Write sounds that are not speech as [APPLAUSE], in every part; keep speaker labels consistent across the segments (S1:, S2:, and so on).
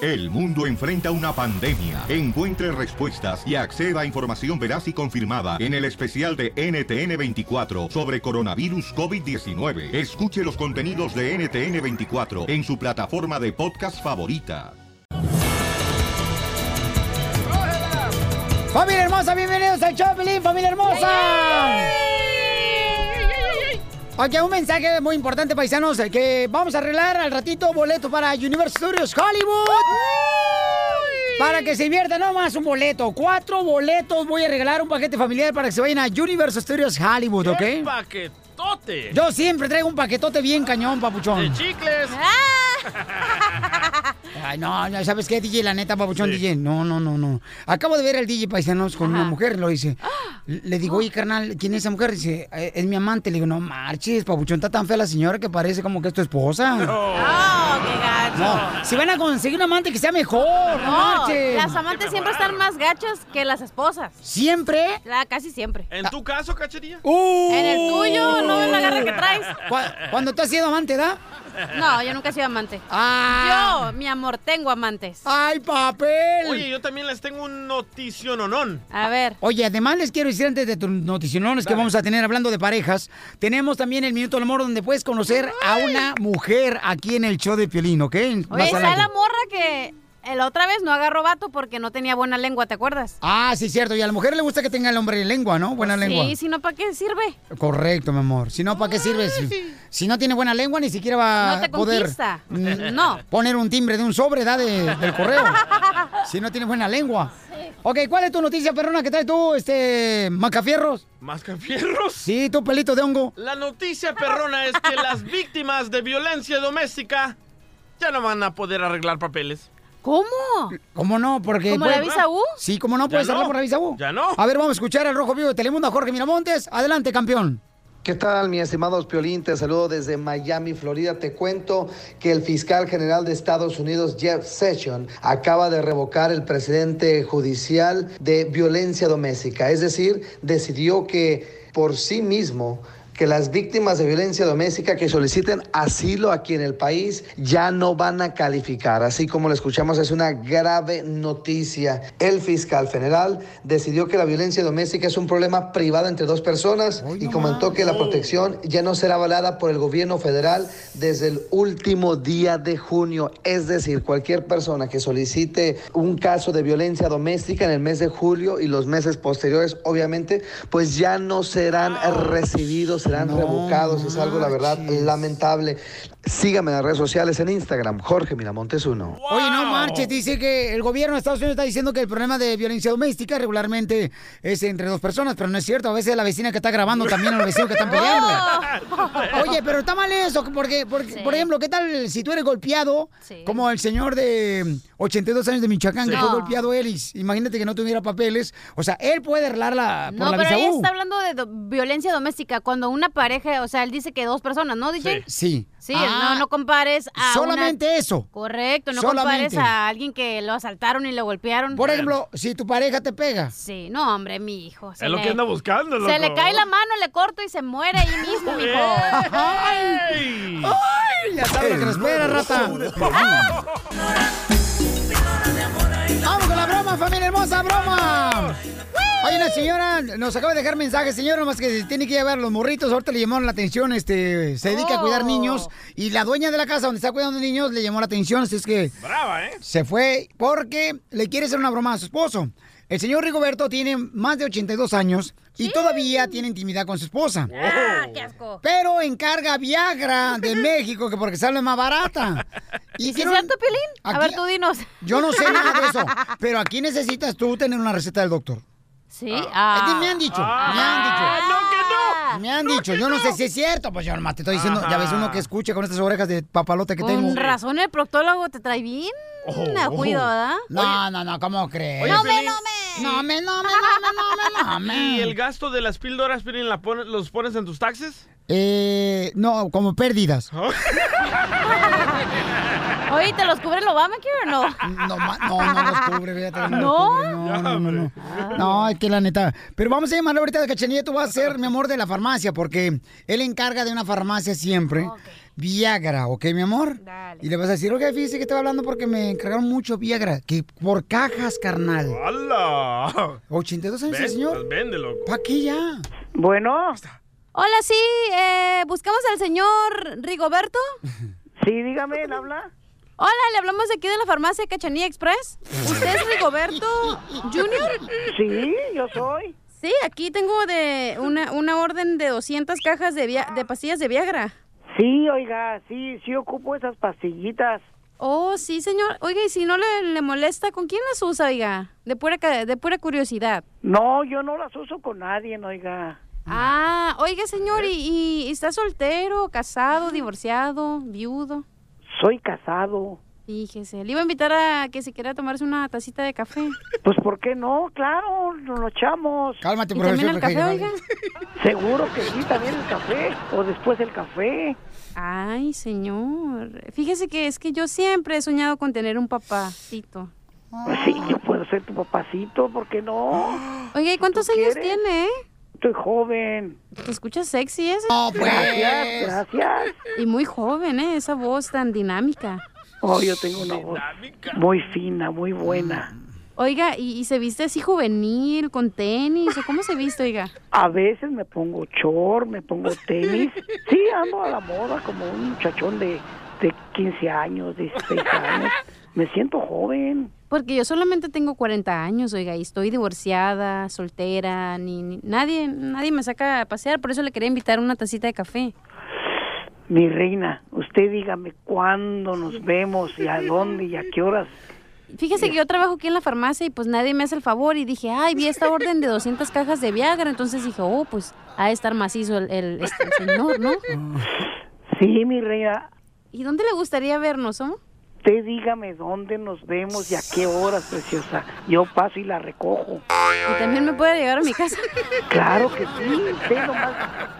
S1: El mundo enfrenta una pandemia. Encuentre respuestas y acceda a información veraz y confirmada en el especial de NTN24 sobre coronavirus COVID-19. Escuche los contenidos de NTN24 en su plataforma de podcast favorita.
S2: Familia hermosa, bienvenidos al Chopelín, familia hermosa. Ok, un mensaje muy importante, paisanos, que vamos a arreglar al ratito boleto para Universal Studios Hollywood. Para que se diviertan, no más un boleto. Cuatro boletos voy a regalar un paquete familiar para que se vayan a Universal Studios Hollywood, ¿ok?
S3: ¡Qué paquetote!
S2: Yo siempre traigo un paquetote bien cañón, papuchón.
S3: ¡De chicles!
S4: Ah.
S2: [LAUGHS] Ay, no, no, ¿sabes qué, DJ? La neta, papuchón, DJ. No, no, no, no. Acabo de ver al DJ paisanos con una mujer, lo dice. Le digo, oye, carnal, ¿quién es esa mujer? Dice, "Eh, es mi amante. Le digo, no marches, papuchón, está tan fea la señora que parece como que es tu esposa. No, si van a conseguir un amante que sea mejor, no,
S4: Oh, No,
S2: marchen.
S4: las amantes siempre están más gachas que las esposas.
S2: ¿Siempre? ¡Uh!
S4: La, casi siempre.
S3: ¿En tu caso, cachería?
S4: En el tuyo, no ven la garra que traes.
S2: Cu- Cuando tú has sido amante, ¿da?
S4: No, yo nunca he sido amante.
S2: Ah.
S4: Yo, mi amor, tengo amantes.
S2: ¡Ay, papel!
S3: Oye, yo también les tengo un noticiononón.
S4: A ver.
S2: Oye, además les quiero decir antes de tus noticionones que vamos a tener hablando de parejas, tenemos también el Minuto del Amor donde puedes conocer a una mujer aquí en el show de Piolín, ¿ok? Más
S4: Oye, está
S2: adelante.
S4: la morra que eh, la otra vez no agarró vato porque no tenía buena lengua, ¿te acuerdas?
S2: Ah, sí, cierto. Y a la mujer le gusta que tenga el hombre lengua, ¿no? Buena lengua.
S4: Sí, si no, ¿para qué sirve?
S2: Correcto, mi amor. Si no, ¿para qué sirve? Si, si no tiene buena lengua, ni siquiera va
S4: No te
S2: a poder
S4: conquista.
S2: mm,
S4: No.
S2: poner un timbre de un sobre, ¿da? de- del
S4: [LAUGHS]
S2: correo. si no tiene buena lengua. Ok, ¿cuál es tu noticia, perrona, que traes tú, este, Macafierros?
S3: ¿Mascafierros?
S2: Sí, tu pelito de hongo.
S3: La noticia perrona es que las víctimas de violencia doméstica ya no van a poder arreglar papeles.
S4: ¿Cómo?
S2: ¿Cómo no? Porque
S4: ¿Como
S2: puede-
S4: la visa U?
S2: Sí, ¿cómo no?
S3: Ya
S2: Puedes
S3: no.
S2: hablar por la visa U.
S3: Ya no.
S2: A ver, vamos a escuchar al Rojo Vivo de Telemundo a Jorge Miramontes. Adelante, campeón.
S5: ¿Qué tal, mis estimados Piolín? Te saludo desde Miami, Florida. Te cuento que el fiscal general de Estados Unidos, Jeff Sessions, acaba de revocar el precedente judicial de violencia doméstica. Es decir, decidió que por sí mismo que las víctimas de violencia doméstica que soliciten asilo aquí en el país ya no van a calificar. Así como lo escuchamos, es una grave noticia. El fiscal general decidió que la violencia doméstica es un problema privado entre dos personas y comentó que la protección ya no será avalada por el gobierno federal desde el último día de junio. Es decir, cualquier persona que solicite un caso de violencia doméstica en el mes de julio y los meses posteriores, obviamente, pues ya no serán recibidos, serán revocados. Es algo, la verdad, lamentable. Sígame en las redes sociales, en Instagram, Jorge Miramontes 1.
S2: Oye, no marches, dice que el gobierno de Estados Unidos está diciendo que el problema de violencia doméstica regularmente es entre dos personas, pero no es cierto. A veces la vecina que está grabando también a los vecinos que están peleando.
S4: Oh.
S2: Oye, pero está mal eso, porque, porque por ejemplo, ¿qué tal si tú eres golpeado?
S4: Sí.
S2: Como el señor de 82 años de Michoacán, que
S4: Sí.
S2: fue
S4: No.
S2: golpeado él, y imagínate que no tuviera papeles. O sea, él puede arreglarla por
S4: No,
S2: la
S4: pero
S2: visa uh.
S4: ella
S2: U.
S4: está hablando de do- violencia doméstica. Cuando una pareja, o sea, él dice que dos personas, ¿no, DJ? Sí,
S2: Sí. Ah,
S4: no, no compares a. una-
S2: Solamente eso.
S4: Correcto, no
S2: Solamente.
S4: compares a alguien que lo asaltaron y lo golpearon.
S2: Ah, Por ejemplo, si tu pareja te pega.
S4: Sí, no, hombre, mi hijo. se
S3: Es lo
S4: le-
S3: que anda buscando,
S4: Se le
S3: loco.
S4: cae la mano, le corto y se muere ahí
S3: [LAUGHS]
S4: mismo, mi hijo.
S3: ¡Ey!
S2: Ya sabes lo que nos espera, rata.
S4: Ah.
S2: Vamos con la broma, familia hermosa, broma. Hay una señora, nos acaba de dejar mensaje, señora, nomás que tiene que llevar los morritos. Ahorita le llamaron la atención, este, se dedica a cuidar
S4: Oh.
S2: niños. Y la dueña de la casa donde está cuidando niños le llamó la atención, así es que
S3: Brava, ¿eh?
S2: se fue porque le quiere hacer una broma a su esposo. El señor Rigoberto tiene más de 82 años y todavía tiene intimidad con su esposa.
S4: Ah,
S3: Oh.
S4: qué asco.
S2: Pero encarga Viagra de México, que porque sale más
S4: [LAUGHS]
S2: barata. ¿Y
S4: ¿Sí ¿Es cierto, Pilín? A
S2: Aquí-
S4: ver, tú dinos.
S2: Yo no sé nada de eso, pero aquí necesitas tú tener una receta del doctor.
S4: Sí, ah.
S2: Es que me han dicho, me han
S3: Ah,
S2: dicho. Me han dicho, yo no sé si es cierto, pues yo nomás te estoy diciendo, ya ves uno que escucha con estas orejas de papalota que tengo. Oh,
S4: Con razón el proctólogo te trae bien a cuido, ¿verdad?
S2: No, no, no, ¿cómo crees?
S3: Oh, Oye,
S2: no, me,
S3: Piolín,
S2: no me, no me, no me, no me,
S3: ¿Y
S2: no
S3: el
S2: me.
S3: gasto de las píldoras, Piolín, la pon- los pones en tus taxes?
S2: Eh, no, como pérdidas.
S4: [LAUGHS] Oye, ¿te los cubre el Obamacare o no?
S2: No, ma- no, no los cubre, fíjate. No,
S4: [LAUGHS] ¿No?
S2: los cubre, no, no, no, no. No, es que la neta. Pero vamos a llamar ahorita de Cachanilla, tú vas a ser mi amor de la farmacia, porque él encarga de una farmacia siempre. Viagra, ¿ok, mi amor? Y le vas a decir, oye, fíjese que estaba hablando porque me encargaron mucho Viagra, que por cajas, carnal.
S3: ¡Hala!
S2: 82 años el
S3: Ven,
S2: señor.
S3: pues vende, loco.
S2: Pa' aquí ya.
S6: Bueno,
S4: Hola, sí, eh, buscamos al señor Rigoberto.
S6: sí, dígame, ¿él habla?
S4: Hola, le hablamos de aquí de la farmacia Cachanilla Express. ¿Usted es Rigoberto Junior?
S6: Sí, yo soy.
S4: Sí, aquí tengo de una, una orden de 200 cajas de, via- de pastillas de Viagra.
S6: Sí, oiga, sí, sí ocupo esas pastillitas.
S4: Oh, sí, señor. Oiga, y si no le, le molesta, ¿con quién las usa, oiga? De pura, ca- de pura curiosidad.
S6: No, yo no las uso con nadie, oiga.
S4: Ah, oiga, señor, ¿y, y- y está soltero, casado, divorciado, viudo?
S6: Soy casado.
S4: Fíjese, le iba a invitar a que si quería tomarse una tacita de café.
S6: Pues, ¿por qué no? Claro, nos lo echamos.
S2: Cálmate,
S4: Y también
S2: profesor. porque
S4: el café,
S2: ya-
S4: oiga.
S6: Seguro que sí, también el café. O después el café.
S4: Ay, señor. Fíjese que es que yo siempre he soñado con tener un papacito.
S6: Pues sí, yo puedo ser tu papacito, ¿por qué
S2: Ah,
S6: no?
S4: Oiga, ¿y cuántos años
S6: quieres?
S4: tiene, eh?
S6: Estoy joven.
S4: Te escuchas sexy ese.
S2: No,
S6: Gracias,
S2: pues.
S6: gracias.
S4: Y muy joven, ¿eh? Esa voz tan dinámica.
S6: Oh, yo tengo una voz muy fina, muy
S2: Mm.
S6: buena.
S4: Oiga, ¿y, y se viste así juvenil, con tenis? ¿O cómo se viste, oiga?
S6: A veces me pongo chor, me pongo
S4: [LAUGHS]
S6: tenis. Sí, ando a la moda como un muchachón de, de 15 años, 16 años. Me siento joven.
S4: Porque yo solamente tengo 40 años, oiga, y estoy divorciada, soltera, ni, ni- nadie, nadie me saca a pasear, por eso le quería invitar una tacita de café.
S6: Mi reina, usted dígame cuándo nos vemos y a dónde y a qué horas.
S4: Fíjese que yo trabajo aquí en la farmacia y pues nadie me hace el favor y dije, ay, vi esta orden de 200 cajas de Viagra, entonces dije, oh, pues ha de estar macizo el, el- este, el señor, ¿no?
S6: Sí, mi reina,
S4: ¿Y dónde le gustaría vernos, oh?
S6: usted dígame dónde nos vemos y a qué horas, preciosa. Yo paso y la recojo.
S4: Y también me puede llegar a mi casa.
S6: Claro que sí, usted nomás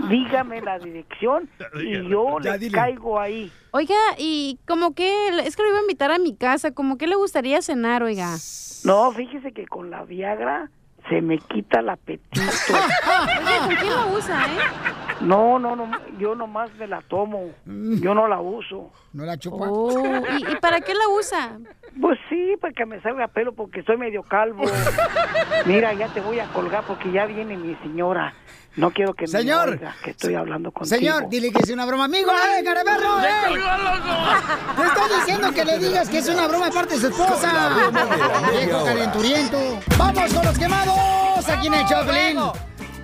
S6: dígame la dirección y yo
S2: Ya
S6: le
S2: dile.
S6: caigo ahí.
S4: Oiga, y como que, es que lo iba a invitar a mi casa, como que le gustaría cenar, oiga.
S6: No, fíjese que con la Viagra se me quita el apetito.
S4: Oiga, ¿con quién lo usa, eh?
S6: No, no, no, yo nomás me la tomo. Yo no la uso.
S2: Mm. No la chupa.
S4: Oh, ¿y, y para qué la usa?
S6: Pues sí, para que me salga pelo porque soy medio [LAUGHS] calvo. Mira, ya te voy a colgar porque ya viene mi señora. No quiero que me
S2: Señor.
S6: oiga que estoy hablando contigo.
S2: Señor, dile que es una broma. Amigo, eh, caraberro, eh. Te estoy diciendo que le digas que es una broma aparte de su esposa. Viejo calenturiento. Vamos con los quemados. Aquí en el Choplin.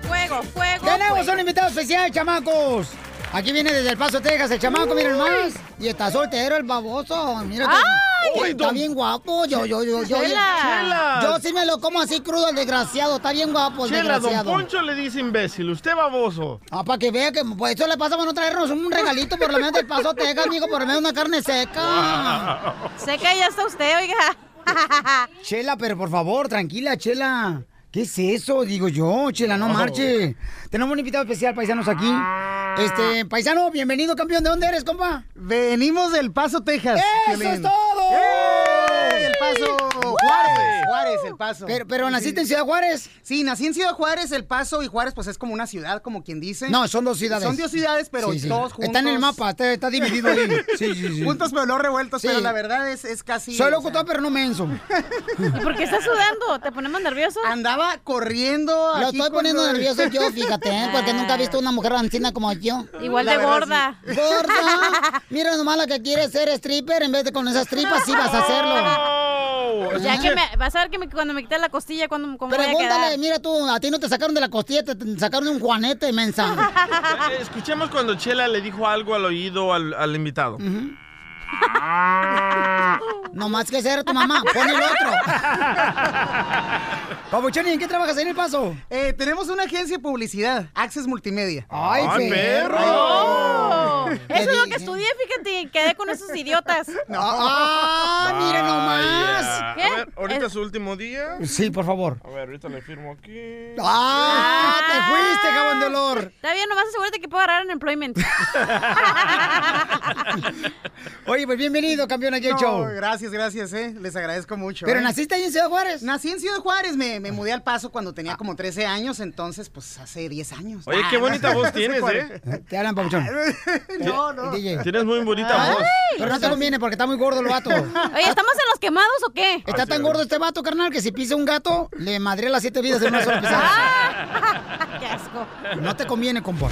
S4: Fuego, fuego. pues.
S2: Tenemos un invitado especial, chamacos. Aquí viene desde El Paso, Texas, el chamaco, miren más. Y está soltero el baboso. Mira,
S4: Ay.
S2: está, está bien guapo. Yo, yo, yo, yo.
S4: Chela.
S2: Yo sí me lo como así crudo el desgraciado. Está bien guapo el
S3: Chela, don
S2: desgraciado.
S3: Poncho le dice imbécil, usted baboso.
S2: Ah, para que vea que por eso le pasa para no traernos un regalito por lo menos del Paso, Texas, amigo, por lo menos una carne
S3: [LAUGHS]
S2: seca.
S4: Seca ya está usted, oiga. [LAUGHS]
S2: Chela, pero por favor, tranquila, Chela. ¿Qué es eso? Digo yo, Chela,
S5: Oh.
S2: no marche. Tenemos un invitado especial, paisanos, aquí.
S5: Ah.
S2: Este, paisano, bienvenido, campeón. ¿De dónde eres, compa?
S5: Venimos del Paso, Texas.
S2: ¡Eso
S5: Piolín.
S2: es todo!
S5: ¡Ey! El Paso, Juárez, Juárez, El Paso.
S2: Pero, pero naciste en Ciudad Juárez.
S5: Sí, nací en Ciudad Juárez, El Paso y Juárez, pues es como una ciudad, como quien dice.
S2: No, son dos ciudades.
S5: Son dos ciudades, pero
S2: Sí, sí.
S5: todos juntos.
S2: Está en el mapa, está, está dividido
S5: [LAUGHS]
S2: ahí. Sí, sí, sí.
S5: Juntos, pero no revueltos,
S2: Sí.
S5: pero la verdad es, es casi...
S2: Soy
S5: o sea,
S2: locutor, pero no
S5: [LAUGHS]
S2: menso.
S4: ¿Y por qué está sudando? ¿Te ponemos nervioso?
S5: Andaba corriendo
S2: Lo
S5: aquí
S2: estoy
S5: con
S2: poniendo
S5: lo del-
S2: nervioso
S5: [LAUGHS]
S2: yo, fíjate, ¿eh? porque nunca he visto una mujer anciana como yo.
S4: Igual
S5: La
S4: de
S5: verdad,
S4: gorda.
S2: Gorda,
S5: [LAUGHS]
S2: mira nomás la que quiere ser stripper en vez de con esas tripas sí vas a hacerlo.
S3: Oh,
S4: Ya que me, vas a ver que me- cuando me quita la costilla, cuando cómo voy a
S2: Pregúntale,
S4: quedar.
S2: mira tú, a ti no te sacaron de la costilla, te te sacaron de un juanete, mensa.
S3: [LAUGHS] eh, Escuchemos cuando Chela le dijo algo al oído al, al invitado. Ah.
S2: Nomás que ser tu mamá, pon el
S3: [LAUGHS]
S2: otro. Pabuchoni, ¿en qué trabajas ahí en El Paso?
S5: Eh, tenemos una agencia de publicidad, Access Multimedia.
S2: ¡Ay,
S3: ¡Ay, perro!
S4: Oh, Eso es lo
S2: dije.
S4: que estudié, fíjate, y quedé con esos idiotas.
S2: [LAUGHS] ¡Ah, mira nomás!
S3: Vaya.
S4: ¿Qué?
S3: A ver, ahorita
S4: Es-
S3: es su último día.
S2: Sí, por favor.
S3: A ver, ahorita le firmo aquí.
S2: ¡Ah, te
S4: Ah.
S2: fuiste, jabón de olor!
S4: Está bien, nomás asegúrate que puedo agarrar en employment.
S2: Oye, pues bienvenido, campeón, aquí al
S7: No,
S2: show.
S7: Gracias, gracias, eh. Les agradezco mucho.
S2: Pero
S7: eh.
S2: naciste ahí en Ciudad Juárez.
S7: Nací en Ciudad Juárez, me, me mudé al paso cuando tenía como 13 años, entonces pues hace 10 años.
S3: Oye, qué
S7: Ah,
S3: bonita
S7: no.
S3: voz
S7: [LAUGHS]
S3: tienes, ¿eh?
S2: Te hablan, papuchón.
S7: No, no.
S2: DJ.
S3: Tienes muy bonita voz.
S2: Pero no te conviene porque está muy gordo el
S3: [LAUGHS]
S2: vato.
S4: Oye, ¿estamos en los quemados o qué?
S2: Está tan gordo este vato, carnal, que si pisa un gato, le madre las siete vidas en una
S7: [LAUGHS]
S2: sola pisada.
S4: Ah. [LAUGHS] ¡Qué asco!
S2: No te conviene, compa.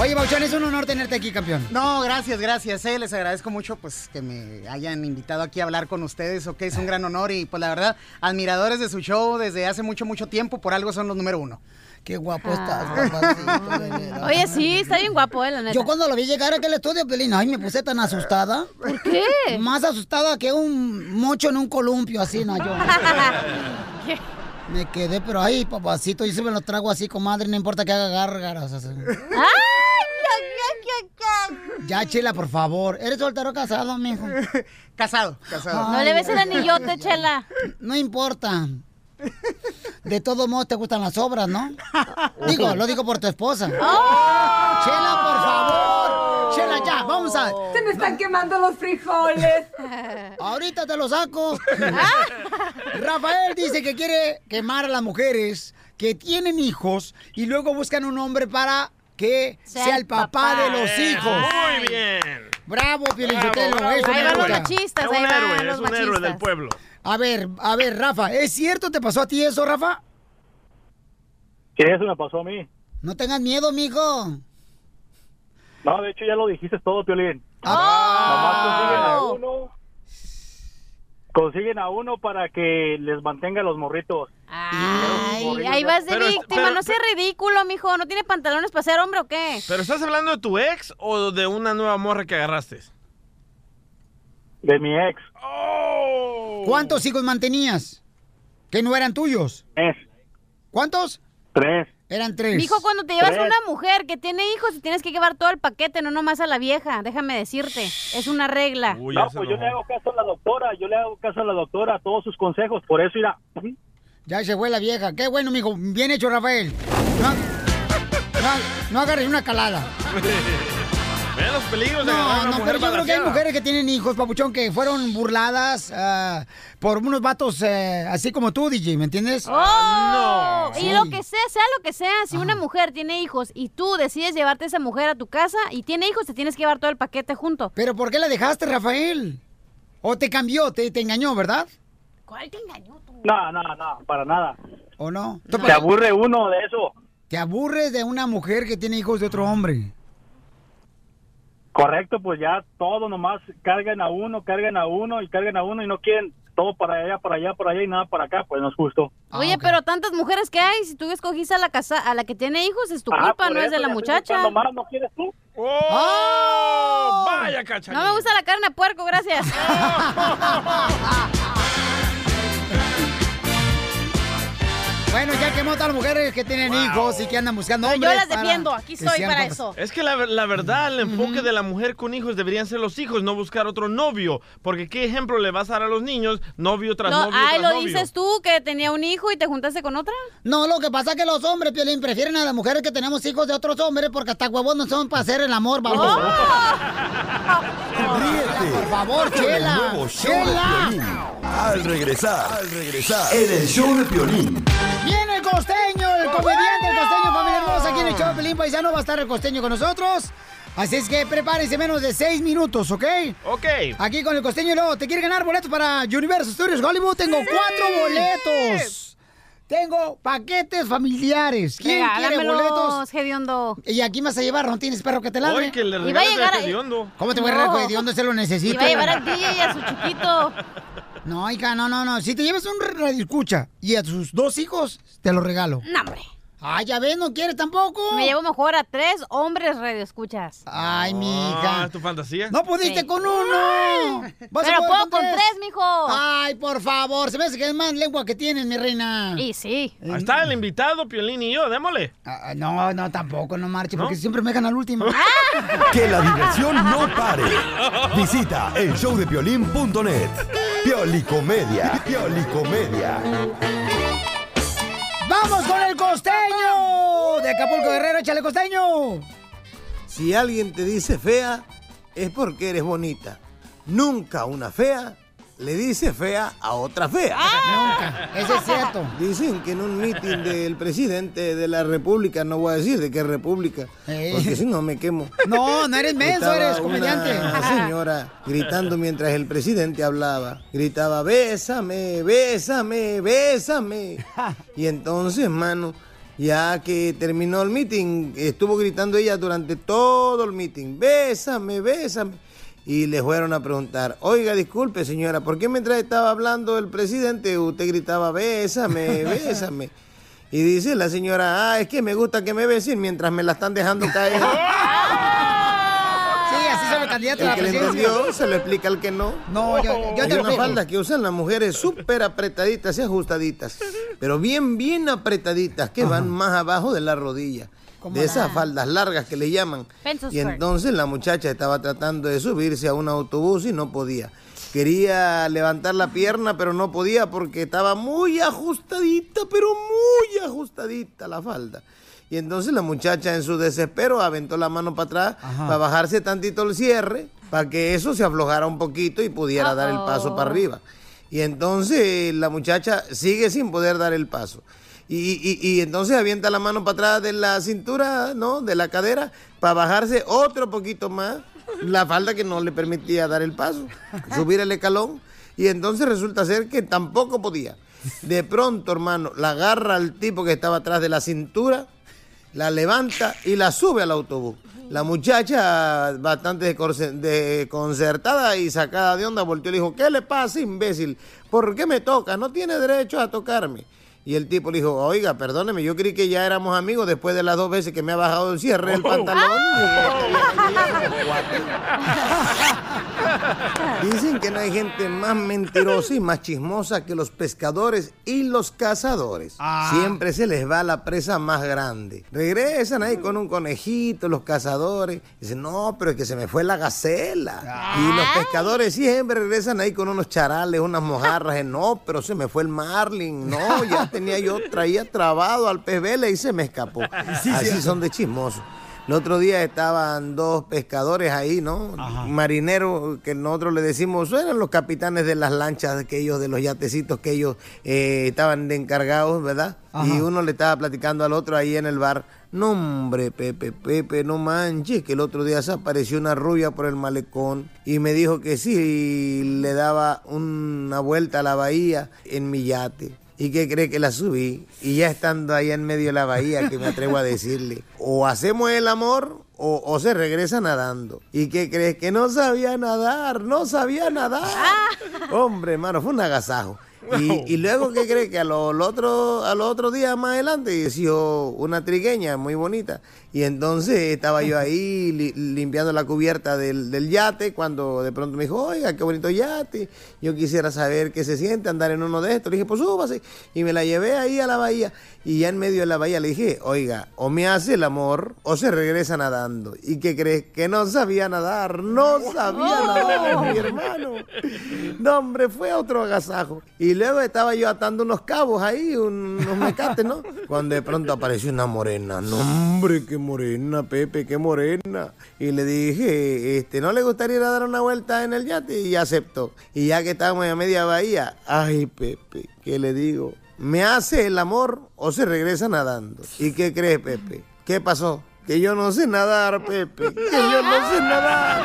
S2: Oye, Bauchón, es un honor tenerte aquí, campeón.
S7: No, gracias, gracias. eh, Les agradezco mucho pues que me hayan invitado aquí a hablar con ustedes, ok, es un gran honor y pues la verdad, admiradores de su show desde hace mucho, mucho tiempo, por algo son los número uno. Ah.
S2: Qué guapo estás,
S7: [LAUGHS]
S2: papacito, de verdad.
S4: Oye, sí, está bien guapo, eh, la
S3: [LAUGHS]
S4: neta.
S2: Yo cuando lo vi llegar aquí al estudio, Pelín, ay, me puse tan asustada.
S4: ¿Por qué?
S2: Más asustada que un mocho en un columpio, así, no, yo. Me quedé, pero ay, papacito, yo se me lo trago así, comadre, no importa que haga gárgaras. así.
S4: ¡Ay! ay, ay, ay, ay!
S2: Ya, Chela, por favor. ¿Eres soltero o casado,
S8: [LAUGHS]
S2: mijo?
S7: Casado, casado.
S4: No le ves el anillote, chela.
S2: No importa. De todos modos, te gustan las obras,
S4: [LAUGHS]
S2: ¿no? Digo, lo digo por tu esposa.
S4: Oh.
S2: Chela, por favor. Chela, ya, vamos a.
S8: Se me están quemando los frijoles.
S2: Ahorita te lo
S8: [LAUGHS]
S2: saco. Rafael dice que quiere quemar a las mujeres que tienen hijos y luego buscan un hombre para que
S4: Sea
S2: sea,
S4: el
S2: el papá,
S4: papá.
S2: de los hijos.
S8: Ah.
S3: Muy bien.
S2: Bravo, Pielichotelo.
S3: Bravo, bravo.
S2: eso
S4: Ahí
S2: me
S4: van los
S2: gusta.
S4: machistas,
S3: Es un
S4: ahí van
S3: héroe, es
S4: los
S3: un héroe del
S4: machistas.
S3: pueblo.
S2: A ver, a ver, Rafa, ¿es cierto te pasó a ti eso, Rafa?
S9: Que eso me pasó a mí.
S2: No tengas miedo, mijo.
S9: No, de hecho ya lo dijiste todo, Piolín. Nomás
S4: ¡Oh!
S9: consiguen a uno. Consiguen a uno para que les mantenga los morritos.
S4: Ay, ahí vas de
S3: Pero-
S9: este
S4: víctima,
S3: pero-
S4: no seas ridículo, mijo. ¿No tiene pantalones para ser hombre o qué?
S3: ¿Pero estás hablando de tu ex o de una nueva morra que agarraste? [LAUGHS]
S9: De mi ex.
S3: ¡Oh!
S2: ¿Cuántos hijos mantenías? Que no eran tuyos.
S9: Tres.
S2: ¿Cuántos?
S9: Tres.
S2: Eran tres.
S4: Mijo, cuando te llevas a
S9: Tres.
S4: una mujer que tiene hijos, te tienes que llevar todo el paquete, no nomás a la vieja. Déjame decirte, es una regla.
S3: Uy, ya
S9: No,
S3: se
S9: pues yo
S3: enojó.
S9: le hago caso a la doctora. Yo le hago caso a la doctora, a todos sus consejos. Por eso irá.
S2: Ya se fue la vieja. Qué bueno, mijo. Bien hecho, Rafael. No, no- no agarres una calada.
S3: Vean los peligros de agarrar
S2: No,
S3: a una
S2: no,
S3: mujer
S2: pero yo creo que hay
S3: balanceada.
S2: mujeres que tienen hijos, papuchón, que fueron burladas ah, por unos vatos eh, así como tú, DJ, ¿me entiendes?
S4: ¡Oh!
S2: Ah, no.
S4: Y
S2: Sí. Ah.
S4: lo que sea, sea lo que sea, si una mujer tiene hijos y tú decides llevarte a esa mujer a tu casa y tiene hijos, te tienes que llevar todo el paquete junto.
S2: ¿Pero por qué la dejaste, Rafael? ¿O te cambió, te, te engañó, verdad?
S4: ¿Cuál te engañó tú?
S9: No, no, no, para nada.
S2: ¿O no? ¿Tú pues.
S9: Se
S2: pa-
S9: aburre uno de eso.
S2: ¿Te aburres de una mujer que tiene hijos de otro hombre?
S9: Correcto, pues ya todo nomás cargan a uno, cargan a uno y cargan a uno y no quieren todo para allá, para allá, para allá y nada para acá. Pues no es justo.
S2: Ah,
S4: Oye,
S2: ok.
S4: pero tantas mujeres que hay, si tú escogiste a la casa, a la que tiene hijos, es tu
S9: Ah,
S4: culpa,
S9: por
S4: no es de
S9: eso
S4: la
S9: ya estoy
S4: muchacha.
S9: buscando más, ¿No quieres tú?
S3: ¡Oh!
S10: ¡Oh!
S3: ¡Vaya, cachanilla!
S4: No me gusta la carne de
S9: [LAUGHS]
S4: puerco, gracias.
S2: Bueno, ya quemó a todas las mujeres que tienen hijos y que andan buscando
S4: Pero yo
S2: hombres.
S4: las
S2: para
S4: defiendo, aquí
S2: que
S4: estoy
S2: sean
S4: para
S2: papás.
S4: eso.
S3: Es que la, ver- la verdad, el enfoque de la mujer con hijos deberían ser los hijos, no buscar otro novio. Porque ¿qué ejemplo le vas a dar a los niños? Novio tras
S4: No,
S3: novio
S4: ay,
S3: tras
S4: lo
S3: novio.
S4: dices tú, que tenía un hijo y te juntaste con otra.
S2: No, lo que pasa es que los hombres, Piolín, prefieren a las mujeres que tenemos hijos de otros hombres porque hasta huevos no son para hacer el amor,
S4: Oh.
S2: vamos. Por
S11: Ríete
S2: favor,
S11: con el
S2: chela.
S11: nuevo show de
S2: Chela.
S11: Piolín. Al regresar, al regresar, en el show de Piolín.
S2: Viene el costeño, el comediante, el costeño, familia hermosa. Aquí en el show de Pelín Paisano va a estar el costeño con nosotros. Así es que prepárense menos de seis minutos, ¿ok?
S3: Ok.
S2: Aquí con el costeño y luego, ¿te quiere ganar boletos para Universo Studios Hollywood? Tengo cuatro boletos. Tengo paquetes familiares. ¿Quién quiere boletos?
S4: Regálamelos, hediondo.
S2: Y aquí me vas a llevar, ¿no tienes perro que te ladre?
S3: Hoy que le
S4: Iba a
S3: regales
S4: llegar
S3: a
S4: a-
S3: hediondo.
S2: ¿Cómo te voy a regalar?
S4: No.
S2: güey? ¿De dónde se lo necesito?
S4: Iba a llevar al DJ y a su chiquito.
S2: [LAUGHS] No, hija, no, no, no. Si te llevas un radio escucha y a sus dos hijos, te lo regalo.
S4: No, hombre.
S2: Ay, Ah, ya ves, no quiere tampoco.
S4: Me llevo mejor a tres hombres radioescuchas.
S2: Ay,
S3: Ah,
S2: mija.
S3: tu fantasía.
S2: No pudiste
S4: Sí.
S2: con uno. Vas a
S4: Pero
S2: poder
S4: puedo con tres, mijo.
S2: Ay, por favor, se me hace que es más lengua que tienes, mi reina. Eh,
S4: Y sí.
S3: Ahí está el invitado, Piolín y yo, démosle.
S2: Ah, no, no, tampoco, no marche, porque siempre me dejan al
S4: [LAUGHS]
S2: último.
S4: Ah.
S11: Que la diversión no pare. Visita el showdepiolín.net. Piolicomedia. Piolicomedia.
S2: ¡Vamos con el costeño! De Acapulco Guerrero, échale costeño.
S12: Si alguien te dice fea, es porque eres bonita. Nunca una fea le dice fea a otra fea.
S2: Nunca, eso es cierto.
S12: Dicen que en un mitin del presidente de la República, no voy a decir de qué república, porque si no me quemo.
S2: No, no eres menso,
S12: Estaba
S2: eres comediante.
S12: Una señora gritando mientras el presidente hablaba. Gritaba, bésame, bésame, bésame. Y entonces, mano, ya que terminó el meeting, estuvo gritando ella durante todo el meeting, bésame, bésame. Y le fueron a preguntar, oiga, disculpe señora, ¿por qué mientras estaba hablando el presidente usted gritaba, bésame, bésame? Y dice la señora, ah, es que me gusta que me besen mientras me la están dejando caer.
S2: Sí, así son los candidatos a
S12: El
S2: la
S12: que le
S2: presidencia.
S12: entendió se lo explica al que no.
S2: No, yo- yo
S12: Hay
S2: te lo
S12: una
S2: explico.
S12: falda que usan las mujeres súper apretaditas y ajustaditas, pero bien, bien apretaditas, que van más abajo de la rodilla.
S13: Como
S12: De esas
S13: la-
S12: faldas largas que le llaman.
S13: Pencil
S12: Y
S13: skirt.
S12: entonces la muchacha estaba tratando de subirse a un autobús y no podía. Quería levantar la pierna, pero no podía porque estaba muy ajustadita, pero muy ajustadita la falda. Y entonces la muchacha en su desespero aventó la mano para atrás para bajarse tantito el cierre, para que eso se aflojara un poquito y pudiera dar el paso para arriba. Y entonces la muchacha sigue sin poder dar el paso. Y, y- y entonces avienta la mano para atrás de la cintura, ¿no? De la cadera, para bajarse otro poquito más la falda que no le permitía dar el paso, subir el escalón. Y entonces resulta ser que tampoco podía. De pronto, hermano, la agarra al tipo que estaba atrás de la cintura, la levanta y la sube al autobús. La muchacha, bastante descorce- desconcertada y sacada de onda, volteó y le dijo, ¿qué le pasa, imbécil? ¿Por qué me toca? No tiene derecho a tocarme. Y el tipo le dijo, oiga, perdóneme, yo creí que ya éramos amigos después de las dos veces que me ha bajado el cierre
S10: Oh.
S12: el pantalón.
S10: ¡Ah! [LAUGHS]
S12: [LAUGHS] Dicen que no hay gente más mentirosa y más chismosa que los pescadores y los cazadores. Siempre se les va la presa más grande. Regresan ahí con un conejito, los cazadores. Dicen, no, pero es que se me fue la gacela. Y los pescadores siempre regresan ahí con unos charales, unas mojarras. eh, No, pero se me fue el marlin. No, ya tenía yo, traía trabado al pez vela y se me escapó. Así son de chismosos. El otro día estaban dos pescadores ahí, ¿no? Marineros que nosotros le decimos, eran los capitanes de las lanchas que ellos, de los yatecitos que ellos eh, estaban de encargados, ¿verdad? Y uno le estaba platicando al otro ahí en el bar. No, hombre, Pepe, Pepe, no manches, que el otro día se apareció una rubia por el malecón y me dijo que sí, le daba una vuelta a la bahía en mi yate. ¿Y qué cree que la subí? Y ya estando allá en medio de la bahía, que me atrevo a decirle, o hacemos el amor o, o se regresa nadando. ¿Y qué crees? Que no sabía nadar, no sabía nadar. Hombre, hermano, fue un agasajo. Y, y luego, ¿qué crees? Que a lo- lo otro, a los otros días más adelante hizo una trigueña muy bonita. Y entonces estaba yo ahí li- limpiando la cubierta del, del yate cuando de pronto me dijo, oiga, qué bonito yate. Yo quisiera saber qué se siente andar en uno de estos. Le dije, pues súbase. Y me la llevé ahí a la bahía. Y ya en medio de la bahía le dije, oiga, o me hace el amor o se regresa nadando. ¿Y qué crees? Que no sabía nadar, no sabía nadar, mi hermano. No, hombre, fue otro agasajo. Y luego estaba yo atando unos cabos ahí, un- unos mecates, ¿no? [LAUGHS] Cuando de pronto apareció una morena, no, hombre, qué morena, Pepe, qué morena. Y le dije, este, ¿no le gustaría ir a dar una vuelta en el yate? Y aceptó. Y ya que estábamos en media bahía, ay, Pepe, ¿qué le digo? ¿Me hace el amor o se regresa nadando? ¿Y qué crees, Pepe? ¿Qué pasó? Que yo no sé nadar, Pepe. [LAUGHS] Que yo no sé nadar.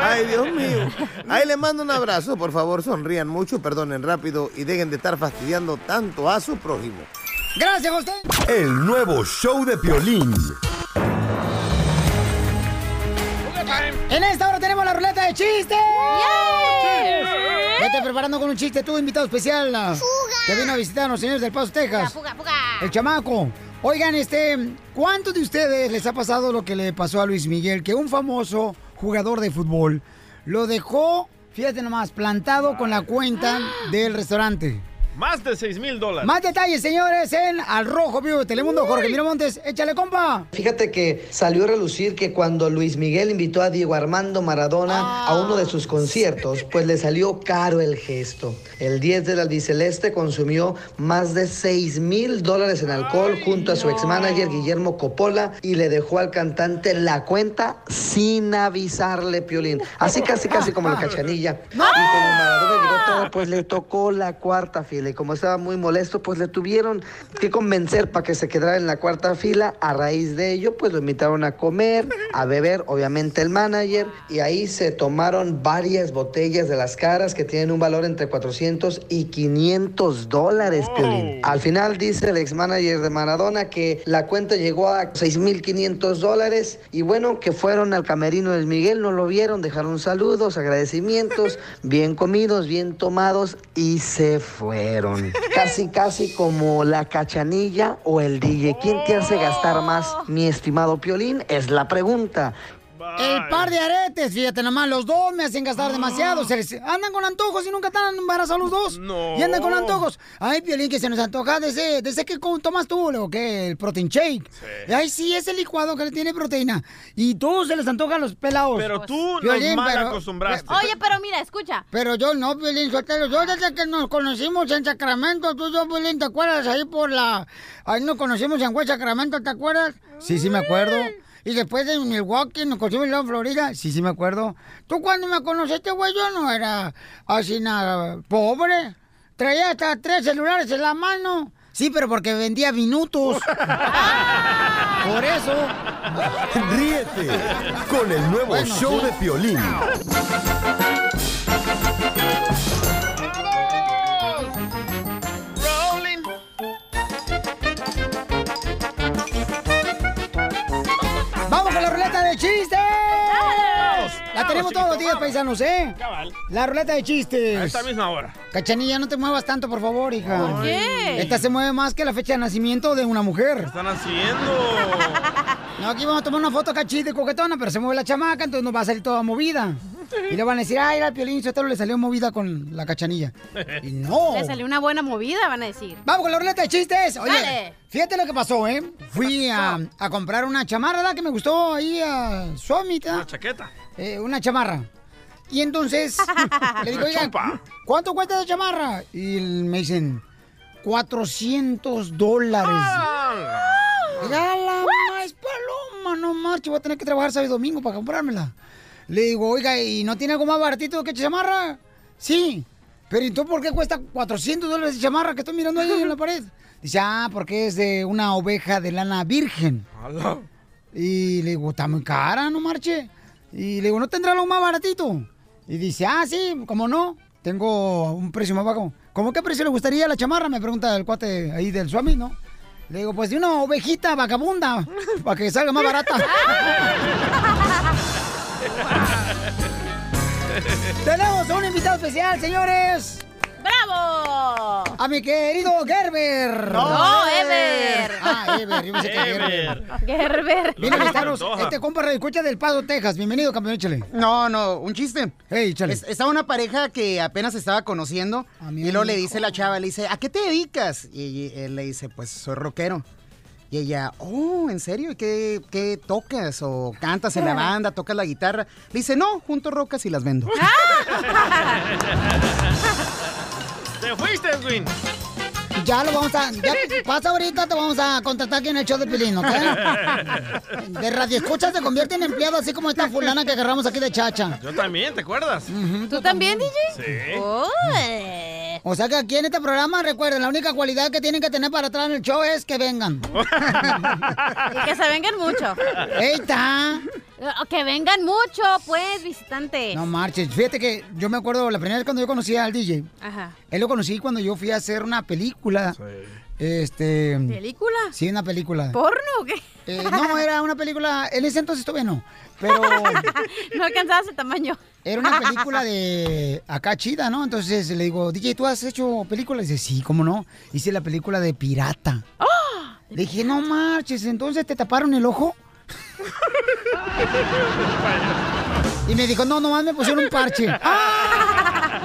S12: Ay, Dios mío. Ahí le mando un abrazo. Por favor, sonrían mucho, perdonen rápido y dejen de estar fastidiando tanto a su prójimo.
S2: Gracias, José.
S11: El nuevo show de Piolín.
S2: En esta hora tenemos la ruleta de chistes.
S14: ¡Yay!
S2: Vete preparando con un chiste tú, invitado especial. ah, Que vino a visitar los señores del Paso, Texas.
S14: Fuga, fuga, fuga.
S2: El chamaco. Oigan, este, ¿cuántos de ustedes les ha pasado lo que le pasó a Luis Miguel? Que un famoso jugador de fútbol
S14: [GASPS]
S2: lo dejó, fíjate nomás, plantado con la cuenta del restaurante.
S3: Más de 6 mil dólares.
S2: Más detalles, señores, en Al Rojo Vivo de Telemundo. Jorge Miramontes, échale, compa.
S5: Fíjate que salió a relucir que cuando Luis Miguel invitó a Diego Armando Maradona a uno de sus conciertos, pues le salió caro el gesto. El 10 del albiceleste consumió más de 6 mil dólares en alcohol junto a su ex-manager Guillermo Coppola y le dejó al cantante la cuenta sin avisarle, Piolín. Así casi casi como la cachanilla. Y como Maradona llegó todo, pues le tocó la cuarta fila. Y como estaba muy molesto, pues le tuvieron que convencer para que se quedara en la cuarta fila. A raíz de ello, pues lo invitaron a comer, a beber, obviamente el manager. Y ahí se tomaron varias botellas de las caras que tienen un valor entre 400 y 500 dólares, Piolín. Al final dice el ex manager de Maradona que la cuenta llegó a 6.500 dólares. Y bueno, que fueron al camerino del Miguel, no lo vieron, dejaron saludos, agradecimientos, bien comidos, bien tomados y se fueron. Casi, casi como la cachanilla o el DJ. ¿Quién te hace gastar más, mi estimado Piolín? Es la pregunta.
S2: El par de aretes, fíjate nomás, los dos me hacen gastar
S3: Ah.
S2: demasiado. Se les- andan con antojos y nunca están embarazados los dos. Y andan con antojos. Ay, Piolín, que se nos antoja de ese, de ese que co- tomas tú, o que el protein shake. Ay, sí, ese licuado que le tiene proteína. Y todos se les antoja a los pelados.
S3: Pero tú
S2: Piolín,
S3: nos mal
S2: pero-
S3: acostumbraste.
S4: Pues, Oye, pero mira, escucha.
S2: Pero yo no, Piolín Sotelo. Yo desde que nos conocimos en Sacramento, tú y yo, Piolín, ¿te acuerdas? Ahí por la... Ahí nos conocimos en West Sacramento, ¿te acuerdas? Sí, sí me acuerdo. Y después en Milwaukee nos conocimos en la Florida. Sí, sí me acuerdo. Tú cuando me conociste, güey, yo no era así nada pobre. Traía hasta tres celulares en la mano. Sí, pero porque vendía minutos. por eso.
S11: Ríete con el nuevo
S14: Bueno,
S11: show
S14: sí.
S11: de Piolín.
S3: Rolling.
S2: ¡Vamos con la ruleta de chistes! La tenemos todos los días, paisanos, ¿eh?
S3: Cabal.
S2: La ruleta de
S3: A
S2: chistes.
S3: esta misma hora.
S2: Cachanilla, no te muevas tanto, por favor, hija.
S3: ¿Por qué?
S2: Esta se mueve más que la fecha de nacimiento de una mujer.
S3: Están
S2: [LAUGHS]
S3: haciendo.
S2: No, aquí vamos a tomar una foto cachita y coquetona, pero se mueve la chamaca, entonces nos va a salir toda movida. Y le van a decir, ay, era Piolín Sotelo, le salió movida con la cachanilla. Y no.
S4: Le salió una buena movida, van a decir.
S2: Vamos con la ruleta de chistes. Oye,
S4: Dale.
S2: fíjate lo que pasó, ¿eh? Fui a, a comprar una chamarra, ¿verdad? Que me gustó ahí a Suamita. Una
S3: chaqueta.
S2: Eh, una chamarra. Y entonces le digo,
S14: Una
S2: oigan, ¿cuánto cuesta esa chamarra? Y me dicen, 400
S10: Ah.
S2: dólares. Ya la más paloma, no marcho, voy a tener que trabajar sábado y domingo para comprármela. Le digo, oiga, ¿y no tiene algo más baratito que chamarra? Sí, pero ¿y tú por qué cuesta 400 dólares de chamarra que estoy mirando ahí en la pared? Dice, ah, porque es de una oveja de lana virgen. Y le digo, está muy cara, no marche. Y le digo, ¿no tendrá algo más baratito? Y dice, ah, sí, ¿cómo no? Tengo un precio más bajo. ¿Cómo qué precio le gustaría la chamarra? Me pregunta el cuate ahí del suami, ¿no? Le digo, pues de una
S14: [LAUGHS]
S2: ovejita vagabunda, para que salga más barata.
S10: [LAUGHS]
S3: [LAUGHS]
S2: Tenemos a un invitado especial, señores. ¡Bravo! A mi querido Gerber.
S14: No, No, Ever. Ever.
S2: Ah, Ever. Yo pensé que Gerber.
S7: Ever.
S10: [LAUGHS]
S7: Gerber.
S2: Viene a
S7: Lo
S2: visitarnos
S7: que se antoja.
S2: este compa Radio Escucha del Pado, Texas. Bienvenido, campeón, échale.
S7: No, no, un chiste.
S2: Hey, échale.
S7: Es- estaba una pareja que apenas estaba conociendo y luego le dice la chava, le dice, ¿a qué te dedicas? Y él le dice, pues soy rockero. Y ella, oh, ¿en serio? ¿Y ¿Qué, qué tocas? ¿O cantas
S2: Ah.
S7: en la banda? ¿Tocas la guitarra? Le dice, no, junto rocas y las vendo.
S3: Te fuiste,
S2: [LAUGHS] [LAUGHS]
S3: Edwin. [LAUGHS]
S2: Ya lo vamos a. Ya pasa ahorita, te vamos a contratar aquí en el show de
S7: [LAUGHS]
S2: Pilín, ¿ok? De radio escucha se convierte en empleado, así como esta fulana que agarramos aquí de chacha.
S3: Yo también, ¿te acuerdas?
S2: ¿Tú también, DJ?
S3: Sí.
S2: O sea que aquí en este programa, recuerden, la única cualidad que tienen que tener para atrás en el show es que vengan.
S4: Y [LAUGHS] que se vengan mucho.
S2: [LAUGHS] Ahí está.
S4: Que vengan mucho, pues, visitante.
S2: No marches. Fíjate que yo me acuerdo la primera vez cuando yo conocí al DJ.
S4: Ajá.
S2: Él lo conocí cuando yo fui a hacer una película. Este.
S4: ¿Película?
S2: Sí, una película.
S4: ¿Porno o qué?
S2: Eh,
S4: [LAUGHS]
S2: no, era una película. En ese entonces todavía no. Pero.
S4: No alcanzabas el tamaño.
S2: Era una película de acá chida, ¿no? Entonces le digo, DJ, ¿tú has hecho películas? Dice, sí, ¿cómo no? Hice la película de pirata.
S4: ¡Ah!
S2: Le dije, no marches, entonces te taparon el ojo.
S4: [LAUGHS]
S2: Y me dijo, no, nomás me pusieron un parche. ¡Ah!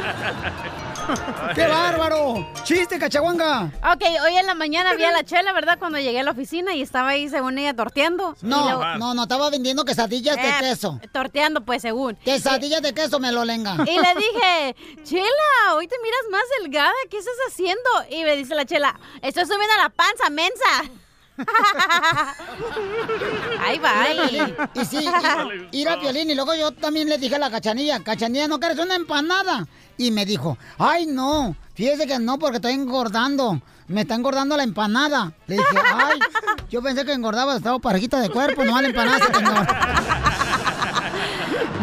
S2: ¡Qué bárbaro! ¡Chiste, cachaguanga!
S4: Ok, hoy en la mañana vi a la Chela, ¿verdad? Cuando llegué a la oficina y estaba ahí, según ella, torteando. Eh,
S2: No, no, no, estaba vendiendo quesadillas de queso.
S4: Torteando, pues, según.
S2: Quesadillas de queso, me lo lenga.
S4: Y
S2: [LAUGHS]
S4: le dije, Chela, hoy te miras más delgada, ¿qué estás haciendo? Y me dice la Chela, estoy subiendo la panza, mensa. [LAUGHS] Ahí va. ahí.
S2: [LAUGHS] Y, y sí, y- ir a violín. Y luego yo también le dije a la cachanilla, cachanilla, ¿no quieres una empanada? Y me dijo, ay, no, fíjese que no, porque estoy engordando. Me está engordando la empanada. Le dije, ay, yo pensé que engordaba, estaba parejita de cuerpo, no la empanada se te engorda".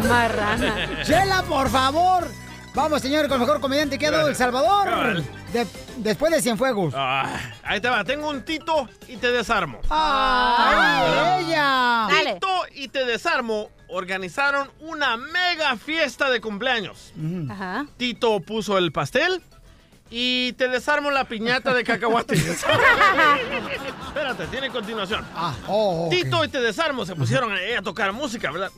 S4: Marrana.
S2: Chela, por favor. Vamos, señor, con el mejor comediante que ha dado El Salvador.
S3: Cabal.
S2: De- después de Cienfuegos.
S3: Ah, ahí te va, tengo un tito y te desarmo.
S2: ¡Ah, ella! Dale.
S3: Tito y te desarmo organizaron una mega fiesta de cumpleaños.
S4: Ajá.
S3: Tito puso el pastel y te desarmo la piñata
S2: [LAUGHS]
S3: de cacahuates. Espérate, tiene continuación.
S2: Ah, oh,
S3: Tito y te desarmo se pusieron ahí a tocar música, ¿verdad?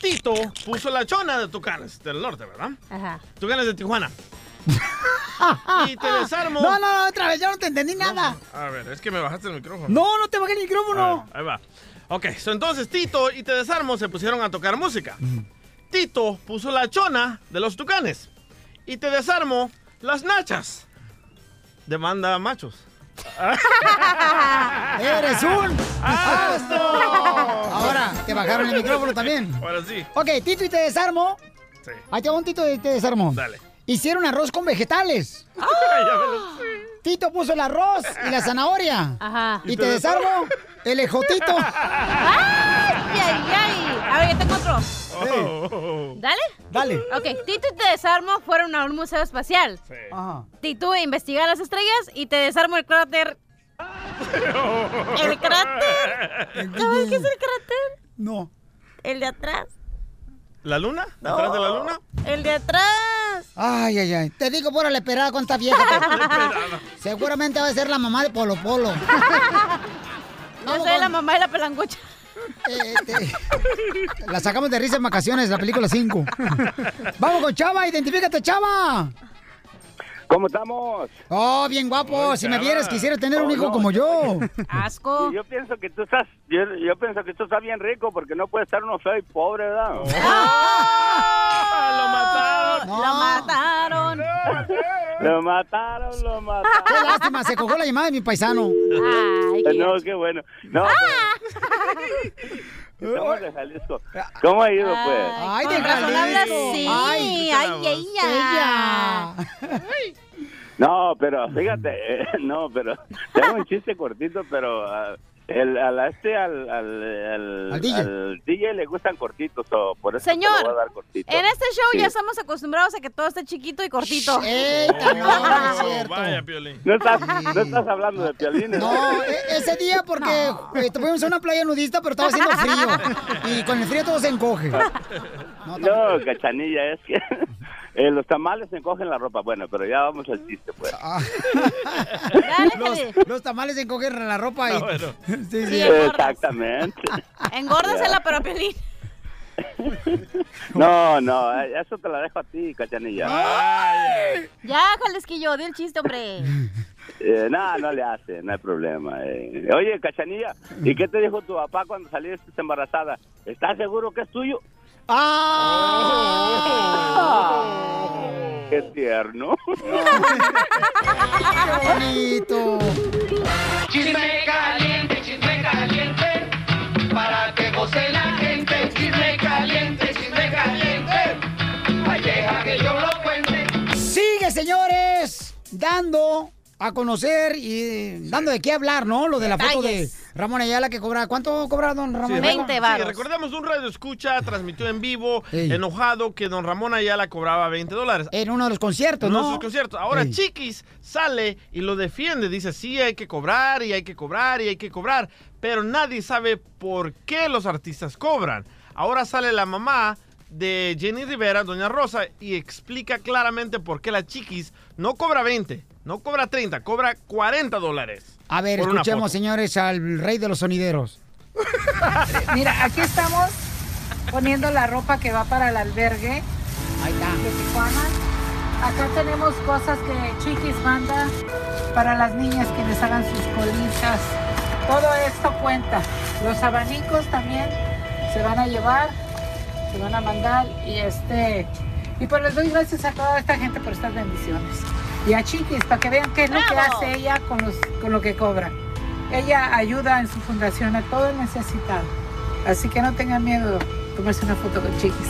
S3: Tito puso la chona de Tucanes del norte, ¿verdad?
S4: Ajá.
S3: Tucanes de Tijuana.
S2: y te desarmo. No, no, no, otra vez, yo no te entendí nada.
S3: A ver, es que me bajaste el micrófono.
S2: No, no te bajé el
S3: A
S2: micrófono.
S3: ver, ahí va. Ok, so entonces Tito y Te Desarmo se pusieron a tocar música. Tito puso la chona de los tucanes. Y Te Desarmo las nachas. Demanda a machos.
S2: ¡Eres
S3: [LAUGHS]
S2: un!
S3: ¡Asno!
S2: [LAUGHS] Ahora, te bajaron el micrófono también.
S3: Ahora sí.
S2: Ok, Tito y te desarmo.
S3: Sí.
S2: Ahí te va un Tito y te desarmo.
S3: Dale.
S2: Hicieron arroz con vegetales.
S3: Ya me
S2: Ah.
S3: lo-
S2: Tito puso el arroz y la
S3: [LAUGHS]
S2: zanahoria.
S4: Ajá.
S2: Y te desarmo el ejotito.
S4: ¡Ay, ay, ay! A ver, yo tengo otro. Oh. ¿Dale?
S2: Dale.
S4: Ok, Tito y te desarmo fueron a un museo espacial.
S2: Ajá.
S4: Tito investiga las estrellas y te desarmo el cráter. ¿El cráter? ¿Sabes qué es el cráter?
S2: No.
S4: ¿El de atrás?
S3: ¿La luna? ¿Detrás de la luna?
S4: ¡El de atrás!
S2: Ay, ay, ay. Te digo por la esperada con esta
S3: [LAUGHS]
S2: vieja. Seguramente va a ser la mamá de Polo Polo.
S4: Yo soy la mamá de la pelangocha.
S2: Este. La sacamos de risa en vacaciones, la película 5. Vamos con Chava, identifícate, Chava.
S15: ¿Cómo estamos?
S2: Oh, bien guapo.
S15: Ay,
S2: si me
S15: Chava.
S2: vieras, quisiera tener un
S15: Oh,
S2: hijo
S15: no,
S2: como yo.
S4: Asco.
S15: Yo pienso que tú estás, yo, yo pienso que tú estás bien rico porque no puede estar uno feo y pobre, ¿verdad? Ah.
S4: Lo mataron.
S15: Lo mataron, lo mataron.
S2: Qué lástima, se cogió la llamada de mi paisano.
S15: no, qué bueno. No,
S2: Ah.
S4: Ah.
S2: [LAUGHS]
S15: pero- estamos de Jalisco.
S2: Eh,
S15: ¿Cómo ha ido, pues?
S2: Ay,
S4: Con
S2: del
S4: razón hablas
S2: Jalisco.
S4: así.
S2: Ay,
S4: Ay, ay,
S2: ella.
S15: No, pero fíjate, eh, no, pero tengo un chiste cortito, pero ah, el, al a este al, al, al,
S4: Al DJ.
S15: al DJ le gustan cortitos, o por eso
S4: [LAUGHS] Señor,
S15: te lo voy a dar cortito.
S4: En este show
S15: Sí.
S4: ya estamos acostumbrados a que todo esté chiquito y cortito. [LAUGHS]
S3: Vaya, Piolín.
S15: No estás, no estás hablando de piolines.
S2: No, e- ese día porque eh, fuimos a una playa nudista, pero estaba haciendo
S4: [LAUGHS]
S2: frío. Y con el frío todo se encoge.
S15: No, cachanilla, es que [LAUGHS] eh, los tamales se encogen la ropa. Bueno, pero ya vamos al chiste, pues.
S2: Ah, [LAUGHS] Los, los tamales se encogen en la ropa. Y... [LAUGHS] Sí, sí.
S15: Exactamente.
S4: Engórdasela, pero pelín.
S15: No, no, eh, eso te la dejo a ti, cachanilla.
S2: Ah.
S4: Ya, Jalesquillo, di el chiste, hombre.
S15: Eh, no, no le hace, no hay problema. eh. Oye, cachanilla, ¿y qué te dijo tu papá cuando saliste embarazada? ¿Estás seguro que es tuyo? Qué tierno.
S2: ¡Qué bonito!
S10: Chisme caliente, chisme caliente, para que goce la gente. Chisme caliente, chisme caliente, ay, deja que yo lo cuente.
S2: Sigue, señores, dando a conocer y dando de qué hablar, ¿no? Lo de la foto de
S3: Detalles.
S2: Ramón Ayala que cobra. ¿Cuánto cobra don
S3: Sí,
S2: Ramón?
S3: recu- Sí, recordemos un radio escucha, transmitió en vivo,
S2: Ey.
S3: enojado que don Ramón Ayala cobraba 20 dólares.
S2: En uno de los conciertos,
S3: En uno
S2: ¿no?
S3: de sus conciertos. Ahora
S2: Ey.
S3: Chiquis sale y lo defiende. Dice, sí, hay que cobrar y hay que cobrar y hay que cobrar. Pero nadie sabe por qué los artistas cobran. Ahora sale la mamá de Jenny Rivera, doña Rosa, y explica claramente por qué la Chiquis no cobra 20, no cobra 30, cobra 40 dólares.
S2: A ver,
S3: por una
S2: escuchemos,
S3: foto.
S2: señores, al rey de los sonideros.
S6: Mira, aquí estamos poniendo la ropa que va para el albergue
S2: Ahí está.
S6: de Tijuana. Acá tenemos cosas que Chiquis manda para las niñas que les hagan sus colitas. Todo esto cuenta. Los abanicos también se van a llevar, se van a mandar y este y pues les doy gracias a toda esta gente por estas bendiciones. Y a Chiquis para que vean qué es lo que
S16: ¡Bravo!
S6: hace ella con los con lo que cobra. Ella ayuda en su fundación a todo el necesitado. Así que no tengan miedo de tomarse una foto con Chiquis.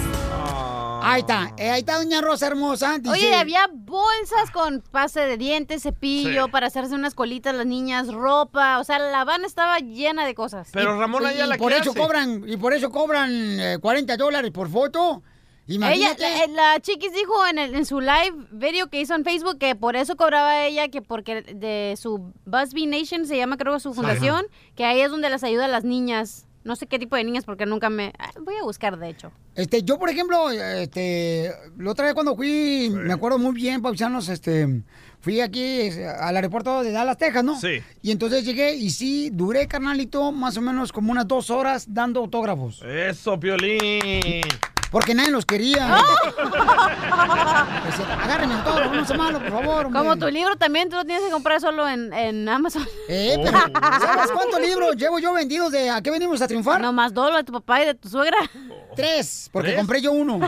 S2: Ahí está, eh, ahí está Doña Rosa Hermosa. dice-
S4: Oye, había bolsas con pasta de dientes, cepillo,
S3: Sí.
S4: para hacerse unas colitas las niñas, ropa. O sea, la van estaba llena de cosas.
S3: Pero Ramón,
S2: y,
S3: ella la
S2: por
S3: que
S2: eso
S3: hace.
S2: cobran Y por eso cobran eh, 40 dólares por foto.
S4: Ella,
S2: Imagínate.
S4: la, eh, la chiquis dijo en, el- en su live video que hizo en Facebook que por eso cobraba ella, que porque de su Busby Nation se llama creo su fundación, que ahí es donde las ayuda a las niñas. No sé qué tipo de niñas porque nunca me... ah, Voy a buscar, de hecho.
S2: Este, yo, por ejemplo, este, la otra vez cuando fui, me acuerdo muy bien, Pausanos, este, fui aquí es, al aeropuerto de Dallas, Texas, ¿no? Sí. Y entonces llegué y sí, duré, carnalito, más o menos como unas dos horas dando autógrafos.
S3: Eso, Piolín.
S2: Porque nadie los quería. Pues, agárrenme todo, no sea malo, por favor. hombre.
S4: Como tu libro también, tú lo tienes que comprar solo en, en Amazon.
S2: Eh, pero,
S4: [LAUGHS]
S2: ¿sabes cuántos libros llevo yo vendidos de a qué venimos a triunfar?
S4: Nomás dos, lo de tu papá y de tu suegra.
S2: [LAUGHS] Tres, porque
S4: ¿Tres?
S2: compré yo uno.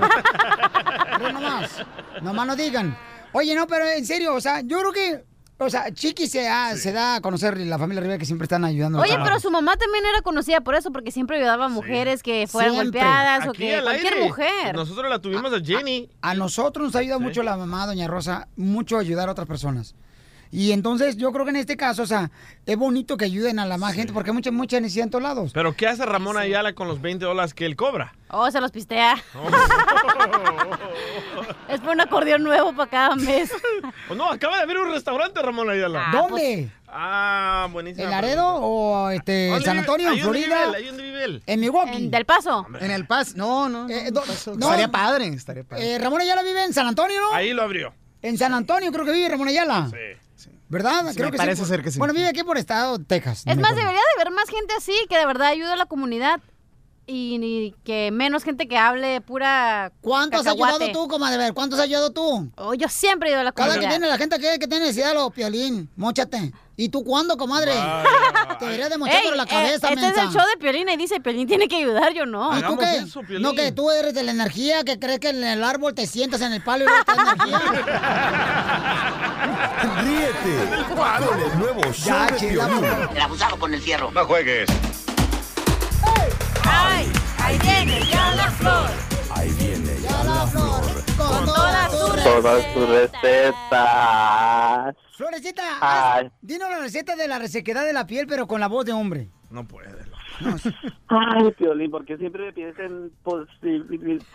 S2: Tres nomás. Nomás no digan. Oye, no, pero en serio, o sea, yo creo que. O sea, Chiqui se, ha- se da a conocer la familia Rivera que siempre están ayudando. a los
S4: Oye, pero
S2: trabajos.
S4: su mamá también era conocida por eso, porque siempre ayudaba a mujeres que fueran
S2: Siempre.
S4: golpeadas o
S2: Aquí
S4: que
S2: al
S4: cualquier
S2: aire.
S4: mujer.
S3: Nosotros la tuvimos a Jenny.
S2: A nosotros nos ayuda mucho la mamá, doña Rosa, mucho a ayudar a otras personas. Y entonces yo creo que en este caso, o sea, es bonito que ayuden a la más gente porque hay mucha, mucha necesidad en todos lados.
S3: Pero ¿qué hace Ramón Ayala con los 20 dólares que él cobra?
S4: Oh, se los
S3: [LAUGHS]
S4: pistea. es por un acordeón nuevo para cada
S3: [LAUGHS]
S4: mes.
S3: Oh, no, acaba de abrir un restaurante Ramón Ayala.
S2: pues, ¿Dónde?
S3: Ah, buenísimo.
S2: ¿En Laredo o
S7: Ah,
S2: este,
S3: ¿Dónde
S2: San
S3: vive-
S2: Antonio,
S3: ahí
S2: en
S3: donde
S2: Florida?
S3: vive él, ahí donde vive él.
S2: ¿En Milwaukee?
S4: ¿En Del Paso?
S7: En El Paz, no, no. no,
S2: Eh, do-
S7: Paso.
S2: no.
S7: Estaría padre, estaría padre.
S2: Eh, Ramón Ayala vive en San Antonio, ¿no?
S3: Ahí lo abrió.
S2: En San Antonio creo que vive Ramón Ayala.
S3: Sí.
S2: ¿Verdad?
S7: Sí, me parece ser que sí.
S2: Bueno, vive aquí por estado, Texas.
S4: Es
S2: no me
S4: más,
S2: acuerdo.
S4: debería de haber más gente así, que de verdad ayude a la comunidad. Y, y que menos gente que hable pura.
S2: ¿Cuántos has ayudado tú, comadre? A ver, ¿Cuántos has ayudado tú?
S4: Oh, yo siempre he ido a la
S2: Cada que
S4: comunidad.
S2: tiene la gente que, que tiene necesidad, los piolín, mochate. ¿Y tú cuándo, comadre? Te deberías de mochar
S4: Ey,
S2: por la
S4: eh,
S2: cabeza,
S4: este
S2: mensa.
S4: es el show de Piolín y dice, Piolín tiene que ayudar, yo no.
S2: ¿Y tú qué? no, que tú eres de la energía, que crees que en el árbol te sientas en el palo y luego te da
S4: [LAUGHS]
S2: energía.
S11: Ríete con el nuevo show
S2: Ya,
S11: de
S2: chela,
S11: Piolín.
S2: mamá.
S11: El abusado con el fierro. No juegues.
S10: ¡Ay! Ahí viene ya la flor.
S11: Ahí viene
S2: ya la flor. Con
S10: toda su
S15: Todas tus recetas.
S2: Florecita,
S15: Ay.
S2: haz- dinos la receta de la resequedad de la piel, pero con la voz de hombre.
S3: No puede.
S15: Ay, Piolín, ¿por qué siempre me piensas en posibilidades?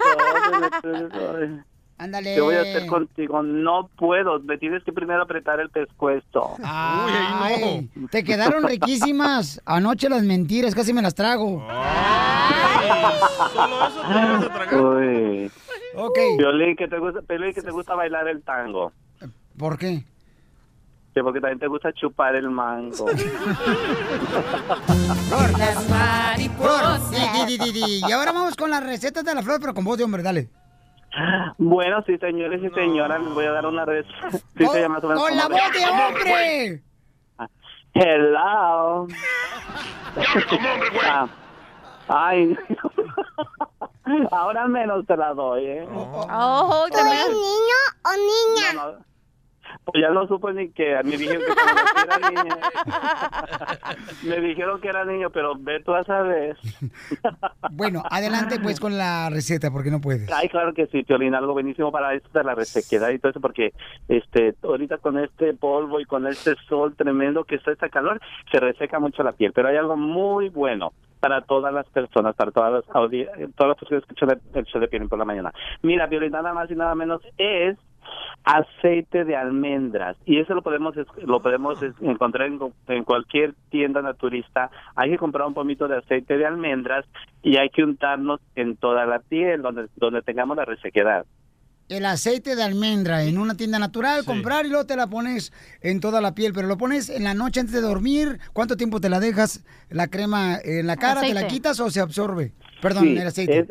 S2: [LAUGHS] Ándale.
S15: ¿Qué voy a hacer contigo? No puedo. Me tienes que primero apretar el pescuezo.
S2: [LAUGHS] Ay, Te quedaron riquísimas. Anoche las mentiras, casi me las trago.
S15: Uy.
S2: Ok.
S15: Piolín, que te gusta, Piolín, que te gusta bailar el tango.
S2: ¿Por qué?
S15: Que porque también te gusta chupar el mango.
S2: [LAUGHS] Las Y ahora vamos con las recetas de la flor, pero con voz de hombre, dale.
S15: Bueno, sí, señores y señoras, les voy a dar una res. [LAUGHS] Sí, se llama más o menos
S2: ¡Con la
S15: como de-
S2: voz de hombre!
S15: Hello. Ah, Ay. [LAUGHS] Ahora menos te la doy, ¿eh?
S4: Oh, también. niño o niña?
S15: Pues ya no supe ni que me dijeron que era niña. me dijeron que era niño, pero ve tú a saber.
S2: Bueno, adelante pues con la receta, porque no puedes.
S15: Ay, claro que sí, Piolín, algo buenísimo para esto de la resequedad y todo eso, porque este, ahorita con este polvo y con este sol tremendo que está este calor, se reseca mucho la piel, pero hay algo muy bueno para todas las personas, para todas las, audi- todas las personas que escuchan el- el show de Piolín por la mañana. Mira, Piolín, nada más y nada menos es aceite de almendras y eso lo podemos es- lo podemos es- encontrar en, cu- en cualquier tienda naturista hay que comprar un pomito de aceite de almendras y hay que untarnos en toda la piel donde donde tengamos la resequedad
S2: El aceite de almendra en una tienda natural, comprar y luego te la pones en toda la piel, pero lo pones en la noche antes de dormir. ¿Cuánto tiempo te la dejas la crema en la cara? ¿Te la
S15: Aceite.
S2: quitas o se absorbe? Perdón,
S15: Sí,
S2: el aceite.
S15: es-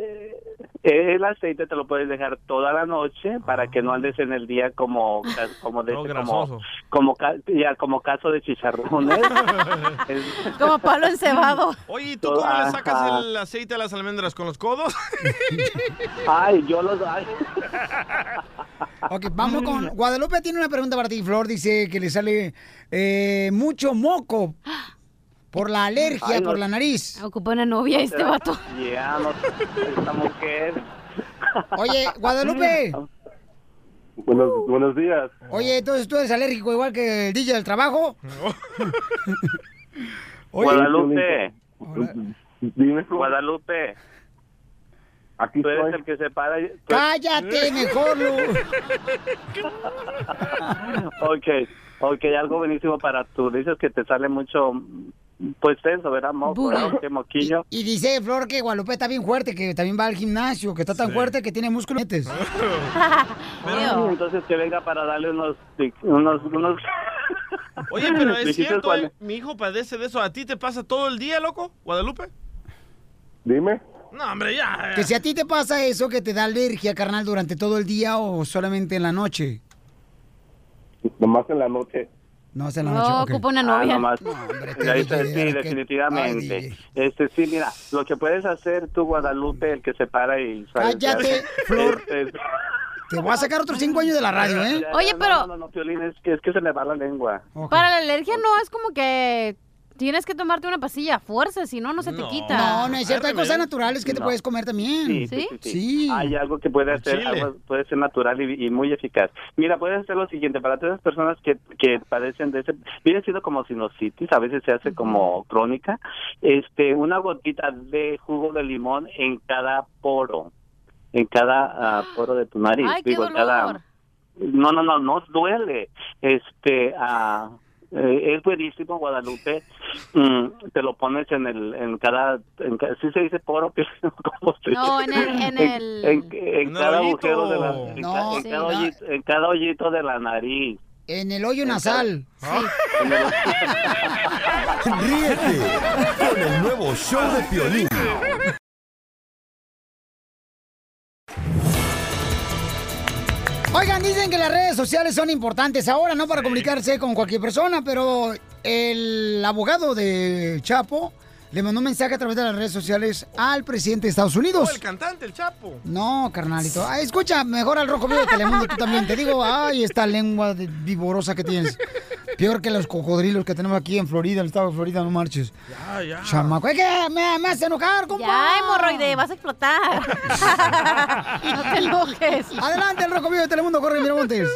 S15: El aceite te lo puedes dejar toda la noche para que no andes en el día como ca- como de
S10: Todo
S15: ese-
S10: grasoso.
S15: como como, ca- ya, como caso de
S10: [LAUGHS]
S15: chicharrones. [LAUGHS]
S4: Como palo encebado.
S3: [LAUGHS] Oye, ¿y tú cómo le
S15: Ajá.
S3: sacas el aceite a las almendras? ¿Con los codos?
S15: [LAUGHS] Ay, yo los... ay.
S2: Ok, vamos con. Guadalupe tiene una pregunta para ti. Flor dice que le sale eh, mucho moco por la alergia,
S15: Ay, no.
S2: por la nariz.
S4: Ocupa una novia este vato.
S15: Ya, no, esta mujer.
S2: Oye, Guadalupe.
S16: Buenos, buenos días.
S2: Oye, entonces tú eres alérgico igual que el DJ del trabajo.
S16: Oye,
S15: Guadalupe,
S3: pues,
S16: Dime,
S15: Guadalupe.
S16: Aquí
S15: tú eres el que se para. y-
S2: Ah.
S15: tú-
S2: Cállate, mejor, Lu.
S15: ok, ok, algo buenísimo para tú. Dices que te sale mucho, pues eso, ¿verdad? Moco,
S2: Buga.
S15: ¿no? Que moquillo.
S2: Y dice Flor que Guadalupe está bien fuerte, que también va al gimnasio, que está tan fuerte que tiene músculos.
S15: Ay, entonces que venga para darle unos... unos, unos...
S3: Oye, pero
S15: Dijiste,
S3: es cierto,
S15: Juan.
S3: eh, mi hijo padece de eso. ¿A ti te pasa todo el día, loco, Guadalupe?
S16: Dime.
S3: No, hombre, ya. eh,
S2: Que si a ti te pasa eso, que te da alergia, carnal, durante todo el día o solamente en la noche.
S16: Nomás en la noche.
S2: No, se la
S4: No,
S2: noche. ok.
S4: ocupa una novia.
S15: Ah, nomás.
S2: qué
S15: Ahí está,
S2: DJ,
S15: sí,
S2: qué-
S15: definitivamente.
S2: Ay, DJ.
S15: este sí, mira, lo que puedes hacer tú, Guadalupe, el que se para y... [LAUGHS] Este,
S2: Cállate,
S15: Flor.
S2: Te voy a sacar otros cinco años de la radio, ¿eh?
S4: Oye, pero-
S15: No, no, no, Piolín, es que, es que se me va la lengua.
S4: Para la alergia no es como que tienes que tomarte una pastilla a fuerza, si no, no se te quita.
S2: No, no es cierto. Hay cosas naturales que te
S15: No.
S2: puedes comer también.
S15: Sí, sí, sí, sí. Hay algo que puede hacer,
S2: chile.
S15: algo- puede ser natural y, y muy eficaz. Mira, puedes hacer lo siguiente, para todas las personas que, que padecen de ese, viene siendo como sinusitis, a veces se hace como crónica, este, una gotita de jugo de limón en cada poro, en
S10: [GASPS]
S15: cada ah, poro de tu nariz,
S10: Ay, qué
S15: en cada,
S10: dolor.
S15: no, no, no, no duele. Este, ah, eh, es
S10: [LAUGHS]
S15: buenísimo, Guadalupe. Mm, te lo pones en el, en cada, en ca- ¿sí se dice poro? [LAUGHS] ¿Cómo se
S4: No, en el- en el-
S15: en, en
S4: En el
S15: cada
S4: hoyito.
S15: agujero de la, en, ca-
S2: No.
S15: en
S2: Sí,
S15: cada
S2: Oh. no.
S15: hoyito, en cada hoyito de la nariz.
S2: En el hoyo nasal.
S15: [LAUGHS] En el-
S11: Ríete con el nuevo show de Piolín.
S2: Oigan, dicen que las redes sociales son importantes ahora, no para comunicarse con cualquier persona, pero el abogado de Chapo le mandó un mensaje a través de las redes sociales al presidente de Estados Unidos.
S3: Oh, el cantante, el Chapo.
S2: No, carnalito. Ay, escucha, mejor al rojo vivo de Telemundo tú también. Te digo, ay, esta lengua de- viborosa que tienes. Peor que los cocodrilos que tenemos aquí en Florida, en el estado de Florida, no marches.
S3: Ya, ya.
S2: Chamaco, es que me, me hace enojar, compa.
S4: Ya, hemorroide, vas a explotar.
S2: [LAUGHS]
S4: [LAUGHS] no te enojes.
S2: Adelante, el rojo vivo de Telemundo, corre, Miramontes.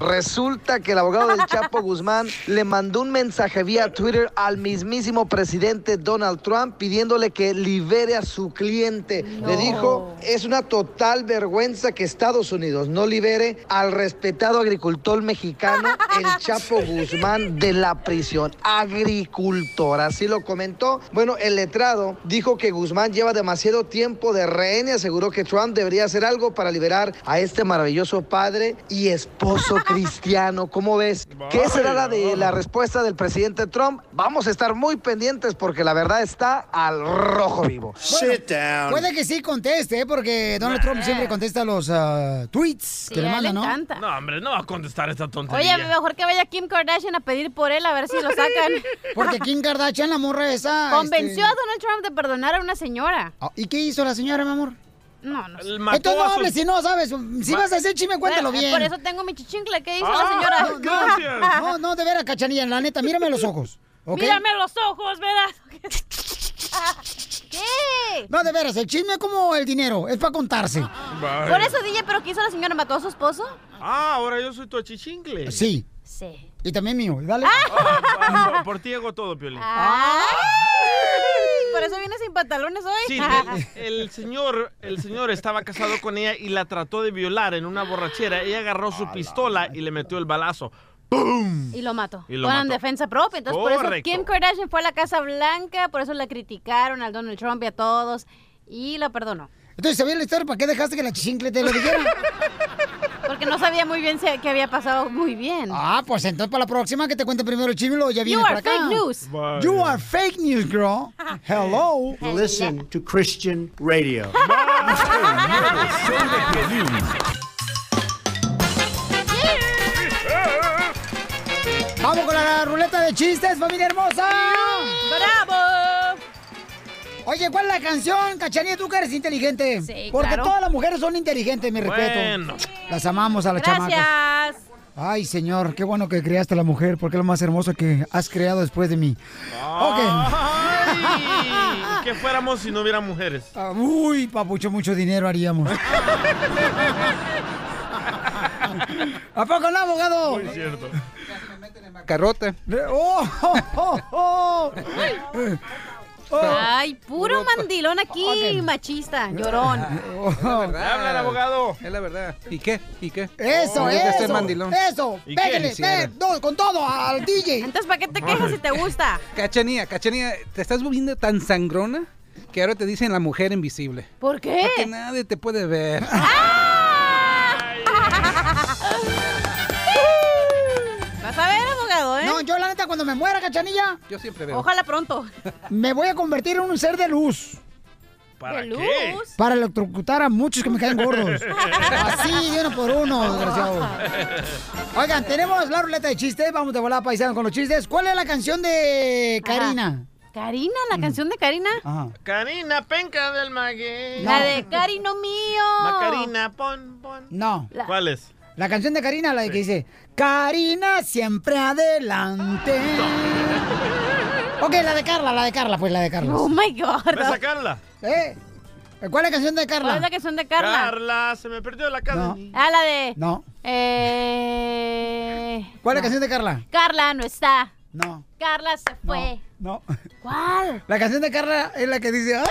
S5: Resulta que el abogado del Chapo Guzmán le mandó un mensaje vía Twitter al mismísimo presidente Donald Trump pidiéndole que libere a su cliente. Le dijo, es una total vergüenza que Estados Unidos no libere al respetado agricultor mexicano, el Chapo Guzmán, de la prisión. Agricultor, así lo comentó. Bueno, el letrado dijo que Guzmán lleva demasiado tiempo de rehén y aseguró que Trump debería hacer algo para liberar a este maravilloso padre y esposo cristiano. ¿Cómo ves? ¿Qué será la de la respuesta del presidente Trump? Vamos a estar muy pendientes porque la verdad está al rojo vivo.
S2: Bueno, Puede que sí conteste, ¿eh? porque Donald Trump siempre contesta los ah, tweets que
S4: Sí,
S2: le
S4: a él
S2: mandan,
S4: le
S2: ¿no?
S4: encanta.
S3: No, hombre, no va a contestar esta tontería.
S4: Oye, mejor que vaya Kim Kardashian a pedir por él a ver si lo sacan.
S2: [LAUGHS] Porque Kim Kardashian, la morra esa.
S4: Convenció
S2: este-
S4: a Donald Trump de perdonar a una señora.
S2: Ah, ¿Y qué hizo la señora, mi amor?
S4: No, no. sé.
S2: Entonces no hables si no sabes. Si
S4: Ma-
S2: vas a hacer chisme, cuéntalo
S4: Bueno,
S2: bien.
S4: Por eso tengo mi chichincle. ¿Qué hizo
S2: Ah,
S4: la señora?
S3: [LAUGHS]
S2: no, No, no, no, de veras, cachanilla, la neta, mírame a los ojos. ¿ok?
S4: Mírame a los ojos, [LAUGHS] verás. ¿Qué?
S2: No, de veras, el chisme es como el dinero, es para contarse.
S4: Por eso, DJ, ¿pero qué hizo la señora? ¿Mató a su esposo?
S3: Ah, ahora yo soy tu achichincle.
S2: Sí.
S4: Sí.
S2: Y también mío, dale.
S3: Ah, pa- pa- [LAUGHS] por ti hago todo, Piolín.
S2: Ah.
S4: Por eso viene sin pantalones hoy.
S3: Sí,
S4: [LAUGHS]
S3: el, el señor, el señor estaba casado con ella y la trató de violar en una borrachera. Ella agarró su pistola y le metió el balazo. ¡Bum!
S4: Y lo mató.
S3: Y lo
S4: Fueron
S3: mató.
S4: defensa propia. Entonces, por eso
S3: Correcto.
S4: Kim Kardashian fue a la Casa Blanca, por eso la criticaron al Donald Trump y a todos. Y la perdonó.
S2: Entonces, ¿sabía la historia? ¿Para qué dejaste que la chichincle te lo dijera?
S4: Porque no sabía muy bien si- qué había pasado muy bien.
S2: ah, pues entonces para la próxima que te cuente primero el chisme, luego ya viene
S4: You
S2: para
S4: are
S2: acá.
S4: fake news. Vaya. [LAUGHS]
S2: You are fake news, girl. Hello.
S17: Listen to Christian radio.
S2: Vamos con la ruleta de chistes, familia hermosa.
S4: ¡Bravo!
S2: Oye, ¿cuál es la canción? Cachanilla, tú que eres inteligente.
S4: Sí,
S2: Porque
S4: claro.
S2: todas las mujeres son inteligentes, mi
S3: Bueno.
S2: respeto. Las amamos a las chamacas.
S4: Gracias.
S2: Ay, señor, qué bueno que creaste a la mujer, porque es lo más hermoso que has creado después de mí.
S4: Ah.
S3: Ay, ¿Qué fuéramos si no hubiera mujeres?
S2: Ok. Ah, Uy, papucho, mucho dinero
S3: [LAUGHS]
S2: haríamos. ¿A poco no, abogado?
S3: Muy cierto.
S17: Carrote.
S2: ¡Oh! oh, oh, oh.
S4: Ay, puro mandilón aquí, machista,
S2: [LAUGHS]
S4: llorón.
S17: Habla el
S3: abogado.
S17: Es la verdad. ¿Y qué? ¿Y qué?
S3: Oh.
S2: Eso,
S17: Ahorita
S3: Este
S17: estoy
S2: eso,
S17: mandilón.
S2: eso,
S17: ¿Y qué?
S2: pégale,
S17: Quisiera.
S2: pe- no, con todo al DJ.
S4: Entonces, ¿para qué te quejas si te gusta?
S17: Cachanía, cachanía, te estás volviendo tan sangrona que ahora te dicen la mujer invisible.
S4: ¿Por qué?
S17: Porque nadie te puede ver.
S4: Vas a ver, abogado, ¿eh?
S2: No, yo la neta cuando me muera, cachanilla,
S17: Yo siempre veo.
S4: Ojalá pronto.
S2: me voy a convertir en un ser de luz.
S3: ¿Para
S4: qué?
S2: Para electrocutar a muchos que me caen gordos. Así, de uno por uno, desgraciado.
S3: [LAUGHS]
S2: Oigan, tenemos la ruleta de chistes. Vamos de volar paisano con los chistes. ¿Cuál es la canción de Karina?
S4: Karina, la canción de Karina.
S3: Karina, penca del maguey.
S4: La de Karino mío.
S3: Macarina, pon, pon.
S2: No.
S3: ¿Cuál es?
S2: La canción de Karina, la de que dice, Karina siempre adelante. Ok, la de Carla, la de Carla, pues la de Carla.
S4: Oh my God.
S3: ¿Ves Ah. a Carla?
S2: ¿Eh? ¿Cuál es la canción de Carla?
S4: ¿Cuál es la canción de Carla?
S3: Carla, se me perdió la casa.
S4: Ah, la de.
S2: No.
S4: Eh...
S2: ¿Cuál es la canción de Carla?
S4: Carla no está.
S2: No.
S4: Carla se fue.
S2: No.
S4: ¿Cuál?
S2: La canción de Carla es la que dice, ay,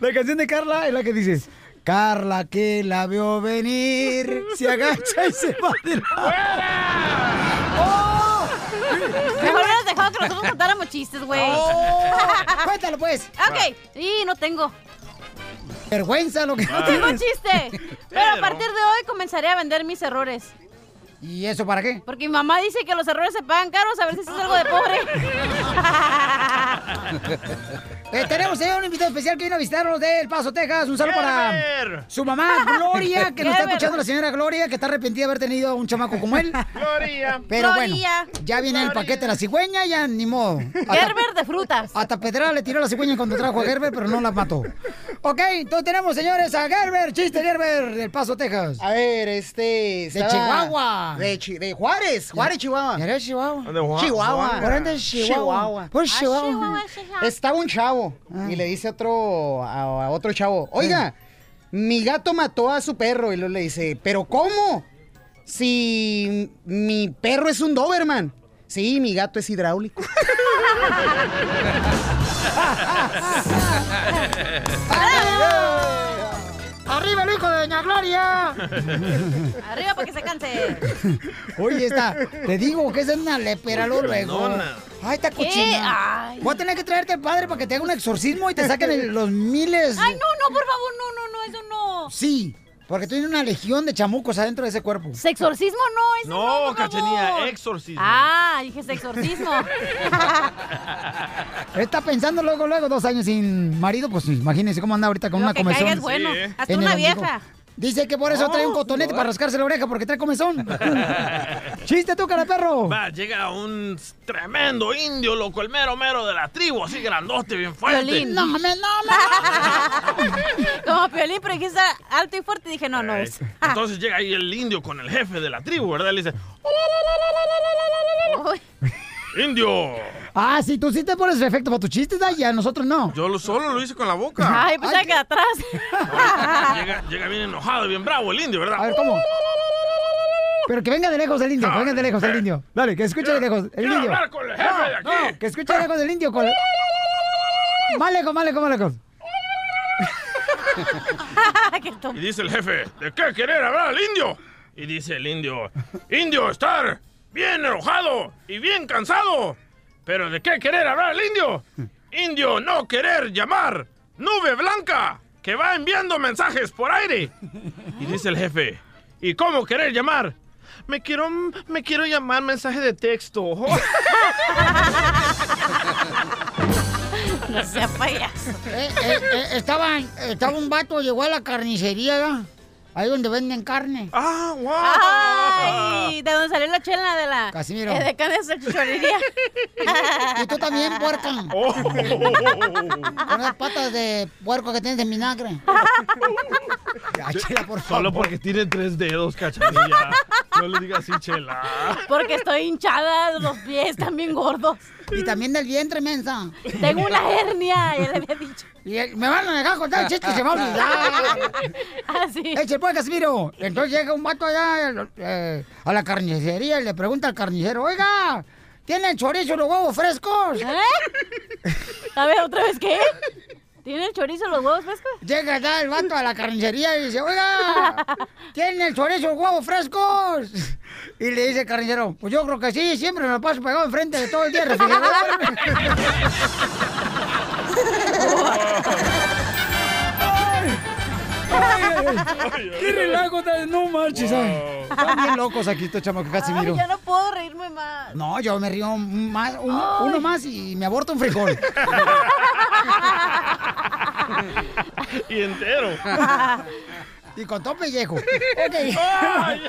S2: la canción de Carla es la que dice, Carla que la veo venir, se agacha y se va de la... ¡Oh!
S4: Mejor hubieras dejado que nosotros contáramos chistes, güey. [LAUGHS]
S2: Oh, cuéntalo, pues.
S4: Ok. Y no tengo.
S2: Vergüenza lo que
S4: No
S3: Ah.
S2: no
S4: tengo
S2: tienes.
S4: [LAUGHS] chiste. Ah. Pero a partir de hoy comenzaré a vender mis errores.
S2: ¿Y eso para qué?
S4: Porque mi mamá dice que los errores se pagan caros, a ver si eso es algo de
S2: [LAUGHS]
S4: pobre.
S2: Eh, tenemos señor, un invitado especial que vino a visitarnos de El Paso, Texas. Un saludo para su mamá, Gloria, que nos está
S4: Gerber.
S2: escuchando la señora Gloria, que está arrepentida de haber tenido a un chamaco como él.
S3: Gloria.
S2: Pero
S4: Gloria.
S2: bueno, ya viene el
S3: [LAUGHS]
S2: paquete de la cigüeña, ya ni modo.
S4: Gerber de frutas.
S2: Hasta Pedrada le tiró la cigüeña cuando trajo a Gerber, pero no la mató. Ok, entonces tenemos, señores, a Gerber, chiste Gerber, del Paso, Texas.
S7: A ver, este.
S2: De Chihuahua.
S7: De, Chi- de Juárez. Juárez, Chihuahua.
S2: ¿Era Chihuahua?
S7: ¿De Chihuahua.
S2: Chihuahua. ¿Por dónde es Chihuahua? Por Chihuahua.
S4: Ah,
S7: Estaba un chavo y le dice a otro, a, a otro chavo: Oiga, mi gato mató a su perro. Y luego le dice: ¿Pero cómo? Si mi perro es un Doberman. Sí, mi gato es
S2: [LAUGHS]
S7: hidráulico.
S2: ¡Arriba el hijo de Doña Gloria!
S4: Arriba para que se canse.
S2: Oye, esta, te digo que esa es una lepera luego. luego.
S10: Perdona.
S2: Ay, esta
S10: ¿Qué?
S2: cochina.
S10: Ay.
S2: Voy a tener que traerte al padre para que te haga un exorcismo y te saquen el- los miles.
S4: Ay, no, no, por favor, no, no, no, eso no.
S2: Sí, porque tú tienes una legión de chamucos adentro de ese cuerpo.
S4: Sexorcismo no, eso no.
S3: No,
S4: por favor. [LAUGHS]
S3: cachanía, exorcismo.
S4: Ah, dije
S3: [LAUGHS]
S4: sexorcismo.
S2: Está pensando luego, luego, dos años sin marido, pues imagínense cómo anda ahorita con
S4: Lo
S2: una
S4: que
S2: comezón.
S4: caiga es bueno. Sí, ¿eh? Hasta
S2: en el
S4: una
S2: ombligo.
S4: vieja.
S2: Dice que por eso
S3: Oh,
S2: trae un cotonete
S3: no.
S2: para rascarse la oreja porque trae
S3: [LAUGHS]
S2: comezón. [LAUGHS] ¡Chiste tú, cara de perro!
S3: Va, Ah, llega un tremendo indio, loco, el mero mero de la tribu, así grandote, bien fuerte.
S4: Piolín.
S2: No, me, no,
S4: [LAUGHS] Como Piolín, pero dijiste alto y fuerte. Dije, no, Ah. no es. [LAUGHS]
S3: Entonces llega ahí el indio con el jefe de la tribu, ¿verdad? Le dice,
S4: Uy, [LAUGHS]
S3: indio,
S2: Ah, sí, tú sí te pones efecto para tus chistes, y a nosotros no.
S3: yo lo solo lo hice con la boca.
S4: Ay, pues hay que atrás.
S3: [LAUGHS] llega, llega bien enojado, bien bravo el indio, ¿verdad?
S2: A ver, ¿cómo? Pero que venga de lejos el indio, que venga de lejos el indio. Dale, que escuche de lejos el
S3: Quiero
S2: indio.
S3: hablar con el jefe de
S2: No, no, que escuche de lejos el indio. Con... Más lejos, más lejos, más lejos.
S4: Ah. Qué tonto.
S3: Y dice el jefe, ¿de qué querer hablar al indio? Y dice el indio, indio, estar bien enojado y bien cansado. Pero ¿de qué querer hablar al indio? Indio, no querer llamar. Nube blanca, que va enviando mensajes por aire. Y dice el jefe, ¿y cómo querer llamar? Me quiero, me quiero llamar mensaje de texto.
S4: No sea payaso.
S2: Eh, [LAUGHS] eh, eh, estaba, estaba un vato, llegó a la carnicería, ¿verdad? ahí donde venden carne.
S3: ¡Ah, wow!
S4: ¡Ay! ¿De dónde salió la chela de la.
S2: Casimiro.
S4: eh, de carne de salchichonería.
S2: [LAUGHS] Y tú también, puerca.
S3: Oh.
S2: Con las patas de puerco que tienes de vinagre. Ya, chela, por
S3: Solo porque tiene tres dedos, cachanilla. No le digas así, chela.
S4: Porque estoy hinchada, los pies también gordos.
S2: Y también del vientre, mensa.
S4: Tengo una hernia, ya le había dicho.
S2: Y él, me van a dejar contar el chiste, se me va a olvidar.
S4: Así.
S2: Eche pues, Casimiro. Entonces llega un vato allá eh, a la carnicería y le pregunta al carnicero, oiga, ¿tienen chorizo los huevos frescos?
S4: ¿Eh? A ver, ¿otra vez qué? ¿Tiene el chorizo los huevos frescos?
S2: Llega ya el vato a la carnicería y dice, oiga, ¿tienen el chorizo los huevos frescos? Y le dice el carnicero, pues yo creo que sí, siempre me lo paso pegado enfrente de todo el día el
S4: [LAUGHS]
S2: refrigerador.
S10: ¡Qué relajo!
S2: No marches, ay. Están bien locos aquí estos chamacos, Casimiro.
S4: Ay, ya no puedo reírme más.
S2: No, yo me río un- más- un- uno más y me aborto un frijol.
S3: [LAUGHS] Y entero.
S2: y con todo pellejo. Ok.
S10: Ay,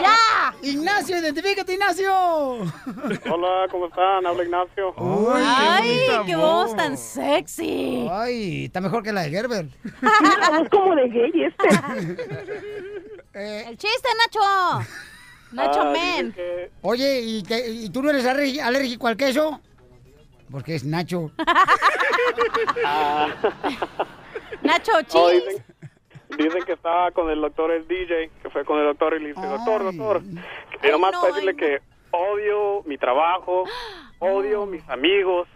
S2: ¡Ya! Ignacio, identifícate, Ignacio.
S18: Hola, ¿cómo están? Habla Ignacio.
S4: Ay, qué, voz tan sexy.
S2: Ay, está mejor que la de
S4: [LAUGHS]
S2: Gerber.
S4: Estamos como de gay este.
S2: Eh.
S4: El chiste, Nacho. Nacho
S2: Ah,
S4: Men.
S2: Oye, ¿y, te- y tú no eres alergi- alérgico al queso? Porque es Nacho.
S4: Nacho,
S18: No, dicen, dicen que estaba con el doctor, el DJ, que fue con el doctor y le dice, doctor, doctor, y nomás para decirle que odio mi
S4: [GASPS]
S18: trabajo, odio mis amigos,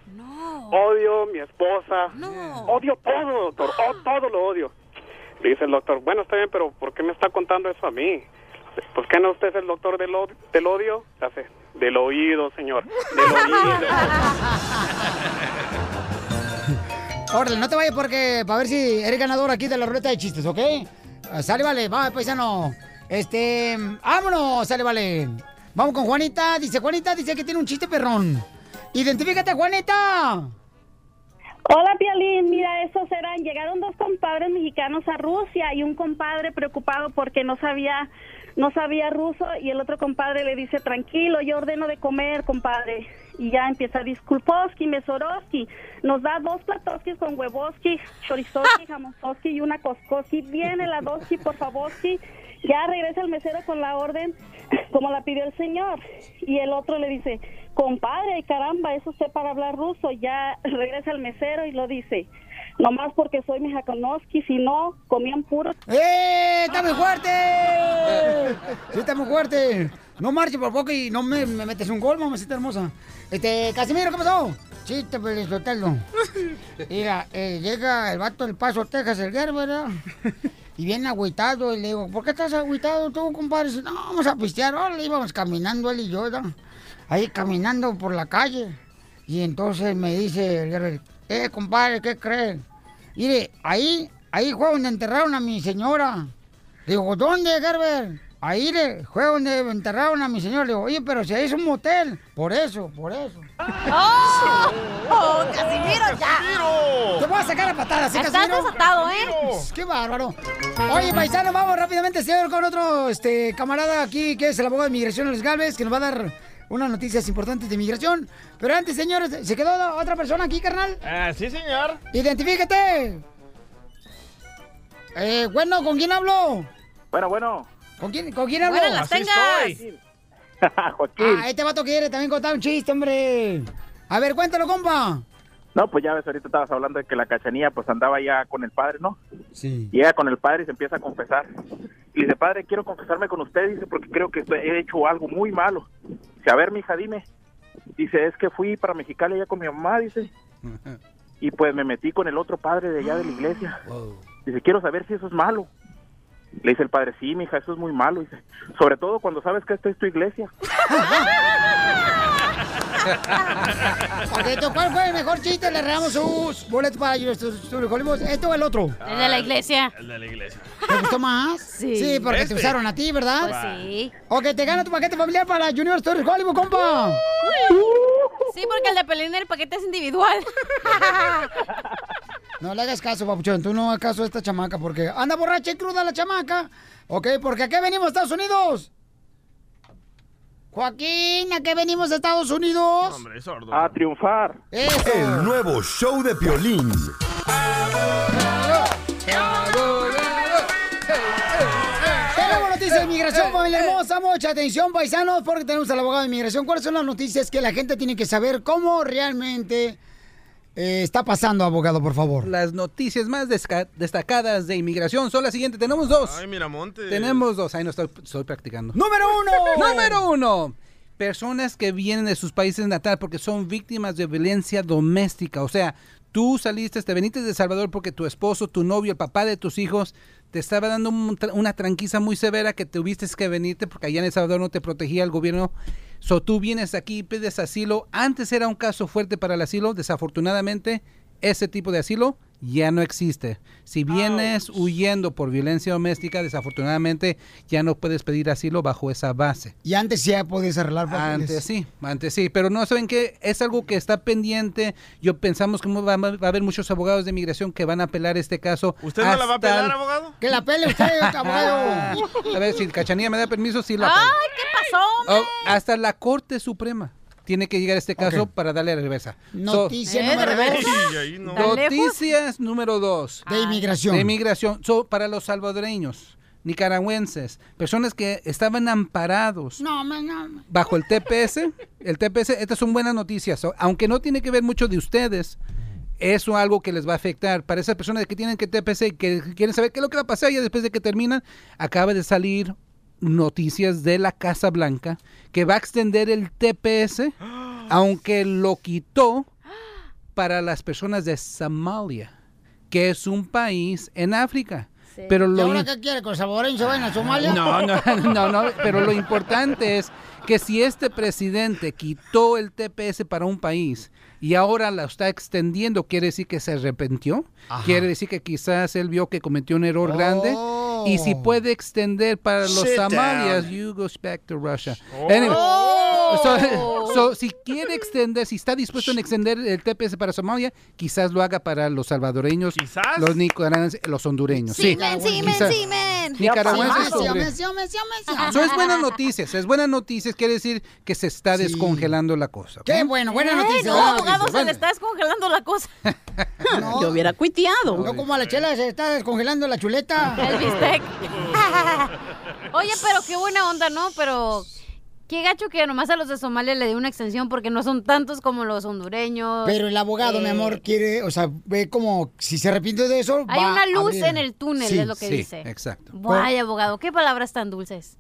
S18: odio mi esposa, odio todo, doctor, o- todo lo odio. Le dice el doctor, bueno, está bien, pero ¿por qué me está contando eso a mí? ¿Por qué no usted es el doctor del, od- del odio? Le hace, del oído, señor,
S4: [LAUGHS]
S18: del
S2: Órale, no te vayas porque para ver si eres ganador aquí de la ruleta de chistes, ¿ok? Ah, Sale, vale, va, paisano. Este, vámonos, sale, vale. Vamos con Juanita. Dice, Juanita dice que tiene un chiste perrón. Identifícate, Juanita.
S19: Hola, Piolín. Mira, esos eran, llegaron dos compadres mexicanos a Rusia y un compadre preocupado porque no sabía, no sabía ruso y el otro compadre le dice, tranquilo, yo ordeno de comer, compadre. Y ya empieza, disculposki, mesorovsky, nos da dos platoskis con huevoski, chorizoski, jamonzoski y una coskoski, viene la doski, por favorski. Ya regresa el mesero con la orden como la pidió el señor. Y el otro le dice, compadre, caramba, eso usted para hablar ruso. Ya regresa el mesero y lo dice, nomás porque soy mejaconoski, si no, comían puro.
S2: ¡Eh! ¡Está muy fuerte! Sí, está muy fuerte. No marche por poco y no me, me metes un gol, mamacita hermosa. Este, Casimiro, ¿qué pasó? Sí, te felicitarlo. Mira, eh, llega el vato del Paso, Texas, el Gerber, ¿verdad? Y viene agüitado y le digo, ¿por qué estás agüitado tú, compadre? Dice, no, vamos a pistear. Ahora íbamos caminando él y yo, ¿verdad? Ahí caminando por la calle. Y entonces me dice el Gerber, eh, compadre, ¿qué crees? Mire, ahí, ahí fue donde enterraron a mi señora. Digo, ¿dónde, Gerber? Ahí le- fue donde enterraron a mi señora. Digo, oye, pero si ahí es un motel. Por eso, por eso.
S4: [LAUGHS] ¡Oh! ¡Oh, Casimiro, ya!
S2: Te voy a sacar a patadas, ¿eh,
S4: Estás
S2: Casimiro?
S4: desatado, ¿eh?
S2: ¡Qué bárbaro! Oye, paisano, vamos rápidamente, señor, con otro este, camarada aquí, que es el abogado de migración, Luis Galvez, que nos va a dar unas noticias importantes de migración. Pero antes, señores, ¿se quedó otra persona aquí, carnal?
S3: Ah, sí, señor.
S2: ¡Identifícate! Eh, bueno, ¿con quién hablo?
S18: Bueno, bueno.
S2: ¿Con quién, con quién hablo?
S18: Bueno, las Así tengas. estoy. Joaquín.
S2: Ah, este vato quiere también contar un chiste, hombre. A ver, cuéntalo, compa.
S18: No, pues ya ves, ahorita estabas hablando de que la cachanilla pues andaba ya con el padre, ¿no?
S2: Sí.
S3: [LAUGHS]
S18: Llega con el padre y se empieza a confesar. Y dice, padre, quiero confesarme con usted, dice, porque creo que he hecho algo muy malo. Dice, a ver, mija, dime. Dice, es que fui para Mexicali allá con mi mamá, dice, y pues me metí con el otro padre de allá de la iglesia. Dice, quiero saber si eso es malo. Le dice el padre, sí, mija, eso es muy malo. Dice, sobre todo cuando sabes que esta es tu iglesia.
S2: Correcto, ¿cuál fue el mejor chiste? Le regalamos sus boletos para nuestros Hollywood. ¿Esto o el otro?
S4: El de la iglesia.
S3: El de la iglesia.
S2: ¿Te gustó
S4: [LAUGHS]
S2: más? Sí. Sí, porque
S3: Este.
S2: te usaron a ti, ¿verdad?
S4: Pues sí.
S2: Ok, te gana tu paquete familiar para Junior Stories Hollywood, compa.
S4: Sí, porque el de Pelín el paquete es individual.
S2: No le hagas caso, papuchón. Tú no hagas caso a esta chamaca porque anda borracha y cruda la chamaca. Ok, porque aquí venimos a Estados Unidos. Joaquín, ¿a qué venimos a Estados Unidos?
S3: Hombre, es sordo.
S16: A triunfar.
S11: El nuevo show de Piolín.
S2: Tenemos noticias de inmigración, familia hermosa. Mucha atención, paisanos, porque tenemos al abogado de inmigración. ¿Cuáles son las noticias que la gente tiene que saber? ¿Cómo realmente [LAUGHS] eh, está pasando, abogado, por favor?
S17: Las noticias más desca- destacadas de inmigración son las siguientes. Tenemos dos.
S3: Ay, Miramonte.
S17: Tenemos dos. Ay, no estoy, estoy practicando.
S2: ¡Número uno!
S17: [LAUGHS] ¡Número uno! Personas que vienen de sus países natal porque son víctimas de violencia doméstica. O sea, tú saliste, te veniste de El Salvador porque tu esposo, tu novio, el papá de tus hijos te estaba dando un tra- una tranquiza muy severa que tuviste que venirte porque allá en El Salvador no te protegía el gobierno. So tú vienes aquí y pides asilo. Antes era un caso fuerte para el asilo. Desafortunadamente, ese tipo de asilo ya no existe. Si vienes huyendo por violencia doméstica, desafortunadamente ya no puedes pedir asilo bajo esa base.
S2: Y antes ya podías arreglar papeles.
S17: Antes sí, antes sí, pero no saben que es algo que está pendiente. Yo pensamos que va, va a haber muchos abogados de inmigración que van a apelar este caso.
S3: ¿Usted no la va a
S17: hasta-
S3: pelar, abogado?
S2: Que la pele usted,
S3: [LAUGHS]
S17: [LAUGHS]
S2: Ah,
S17: Ah,
S2: abogado.
S17: a ver, si el cachanilla me da permiso, sí la pelo.
S4: Ay, ¿qué pasó?
S17: Oh, hasta la Corte Suprema tiene que llegar este caso para darle reversa. So-
S2: Noticia número dos. Eh, ¿Tan lejos? Ah.
S17: Noticias número dos.
S2: De inmigración.
S17: De inmigración. So, para los salvadoreños, nicaragüenses, personas que estaban amparados
S2: No, man, no. man.
S17: bajo el TPS. El TPS, estas son buenas noticias. So, Aunque no tiene que ver mucho de ustedes, eso algo que les va a afectar. Para esas personas que tienen que TPS y que quieren saber qué es lo que va a pasar ya después de que terminan, acaba de salir noticias de la Casa Blanca que va a extender el TPS, aunque lo quitó para las personas de Somalia, que es un país en África. Pero
S2: ¿Y
S17: lo
S2: ahora
S17: in-
S2: qué quiere? ¿Que los salvadoreños se vayan a Somalia?
S17: no, no, no, no, pero lo importante es que si este presidente quitó el TPS para un país y ahora la está extendiendo, quiere decir que se arrepintió,
S20: Ajá.
S17: quiere decir que quizás él vio que cometió un error grande. Y si puede extender para los
S20: Sit
S17: Somalias,
S20: down.
S17: you goes back to Russia.
S20: Oh.
S17: Anyway,
S20: Oh.
S17: so- so, si quiere extender, si está dispuesto en extender el TPS para Somalia, quizás lo haga para los salvadoreños, los nicaragüenses, los hondureños. Sí,
S4: Simen, simen,
S17: quizás.
S4: simen.
S17: Nicaragüenses,
S4: Sí,
S17: hombre.
S4: sí, sí, sí, sí, sí.
S17: Eso es buenas noticias, es buenas noticias, quiere decir que se está descongelando la cosa. ¿ok?
S2: Qué bueno, buena
S4: Eh,
S2: noticia.
S4: No,
S2: buena
S4: abogado,
S2: noticia,
S4: se le está descongelando la cosa.
S2: Yo
S17: hubiera
S4: cuiteado.
S2: No como a la chela se está descongelando la chuleta.
S4: El bistec. Oye, pero qué buena onda, ¿no? Pero qué gacho que nomás a los de Somalia le dé una extensión porque no son tantos como los hondureños.
S2: Pero el abogado,
S4: Eh,
S2: mi amor, quiere, o sea, ve como si se arrepiente de eso.
S4: Hay
S2: va
S4: una
S2: a
S4: luz
S2: abrir.
S4: en el túnel,
S2: Sí,
S4: es lo que
S2: sí.
S4: dice.
S17: Exacto.
S2: Pues
S4: Ay, abogado, qué palabras tan dulces.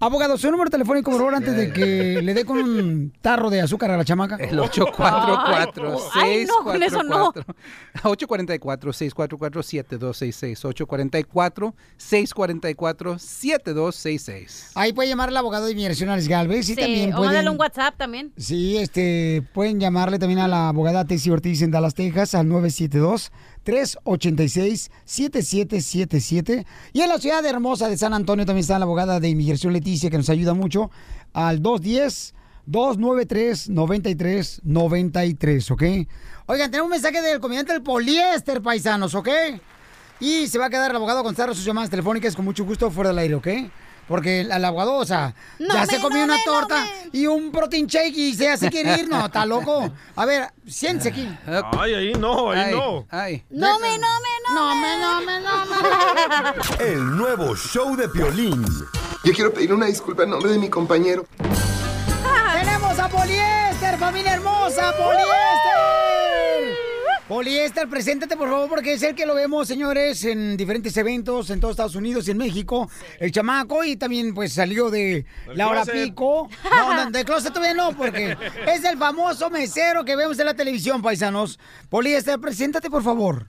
S2: Abogado, su número telefónico, por favor, antes de que le dé con un tarro de azúcar a la chamaca.
S17: El 844
S2: Ay, no, con eso no.
S17: 644 844 644 7266 844 644 7266
S2: Ahí puede llamar al abogado de inmigración, Alex Galvez, y también
S4: o
S2: pueden...
S4: mándale un WhatsApp también.
S2: Sí, este, pueden llamarle también a la abogada Tessie Ortiz en Dallas, Texas, al 972-386-7777. Y en la ciudad hermosa de San Antonio también está la abogada de inmigración Leticia, que nos ayuda mucho, al 210-293-9393, ¿ok? Oigan, tenemos un mensaje del comediante del poliéster, paisanos, ¿ok? Y se va a quedar el abogado a contestar sus llamadas telefónicas con mucho gusto fuera del aire, ¿ok? Porque el, el abogado, o sea,
S10: No
S2: ya
S10: me,
S2: se comió
S10: no
S2: una
S10: me, no
S2: torta y un protein shake y se hace quiere ir. No, está loco. A ver, siéntese aquí.
S3: Ay, ahí no, ahí
S17: Ay,
S3: no.
S17: Ay.
S2: No
S4: me, no me,
S2: no me. No me, no me, [LAUGHS]
S11: El nuevo show de Piolín.
S21: Yo quiero pedir una disculpa en nombre de mi compañero.
S2: Tenemos a Poliéster, familia hermosa, Poliéster. Poliéster, preséntate por favor, porque es el que lo vemos, señores, en diferentes eventos en todos Estados Unidos y en México. El chamaco y también pues salió de
S10: Del
S2: la hora
S10: closet.
S2: pico. No, no, de closet todavía no,
S3: [LAUGHS]
S2: porque es el famoso mesero que vemos en la televisión, paisanos. Poliéster, preséntate por favor.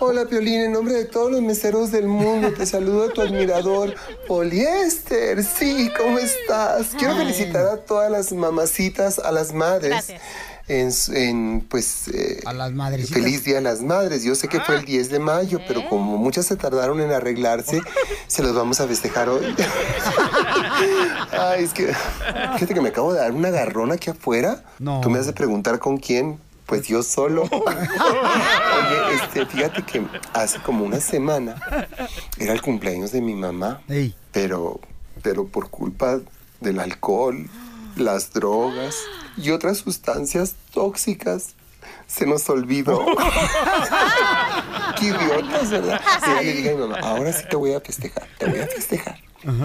S21: Hola, Piolín, en nombre de todos los meseros del mundo, te saludo a tu admirador, Poliéster. Sí, ¿cómo estás? Quiero felicitar a todas las mamacitas, a las madres.
S2: Gracias.
S21: En, su- en, pues eh,
S2: a las madres
S21: feliz día a las madres yo sé que fue el 10 de mayo pero como muchas se tardaron en arreglarse se los vamos a festejar hoy Ay, es que. Fíjate que me acabo de dar una agarrón aquí afuera.
S2: No.
S21: Tú me has de preguntar con quién. Pues yo solo. Oye, este, fíjate que hace como una semana era el cumpleaños de mi mamá.
S2: Ey.
S21: Pero, pero por culpa del alcohol, las drogas y otras sustancias tóxicas, se nos olvidó. Qué idiotas, ¿verdad? [LAUGHS] Sí, le dije a mi mamá, ahora sí te voy a festejar, te voy a festejar.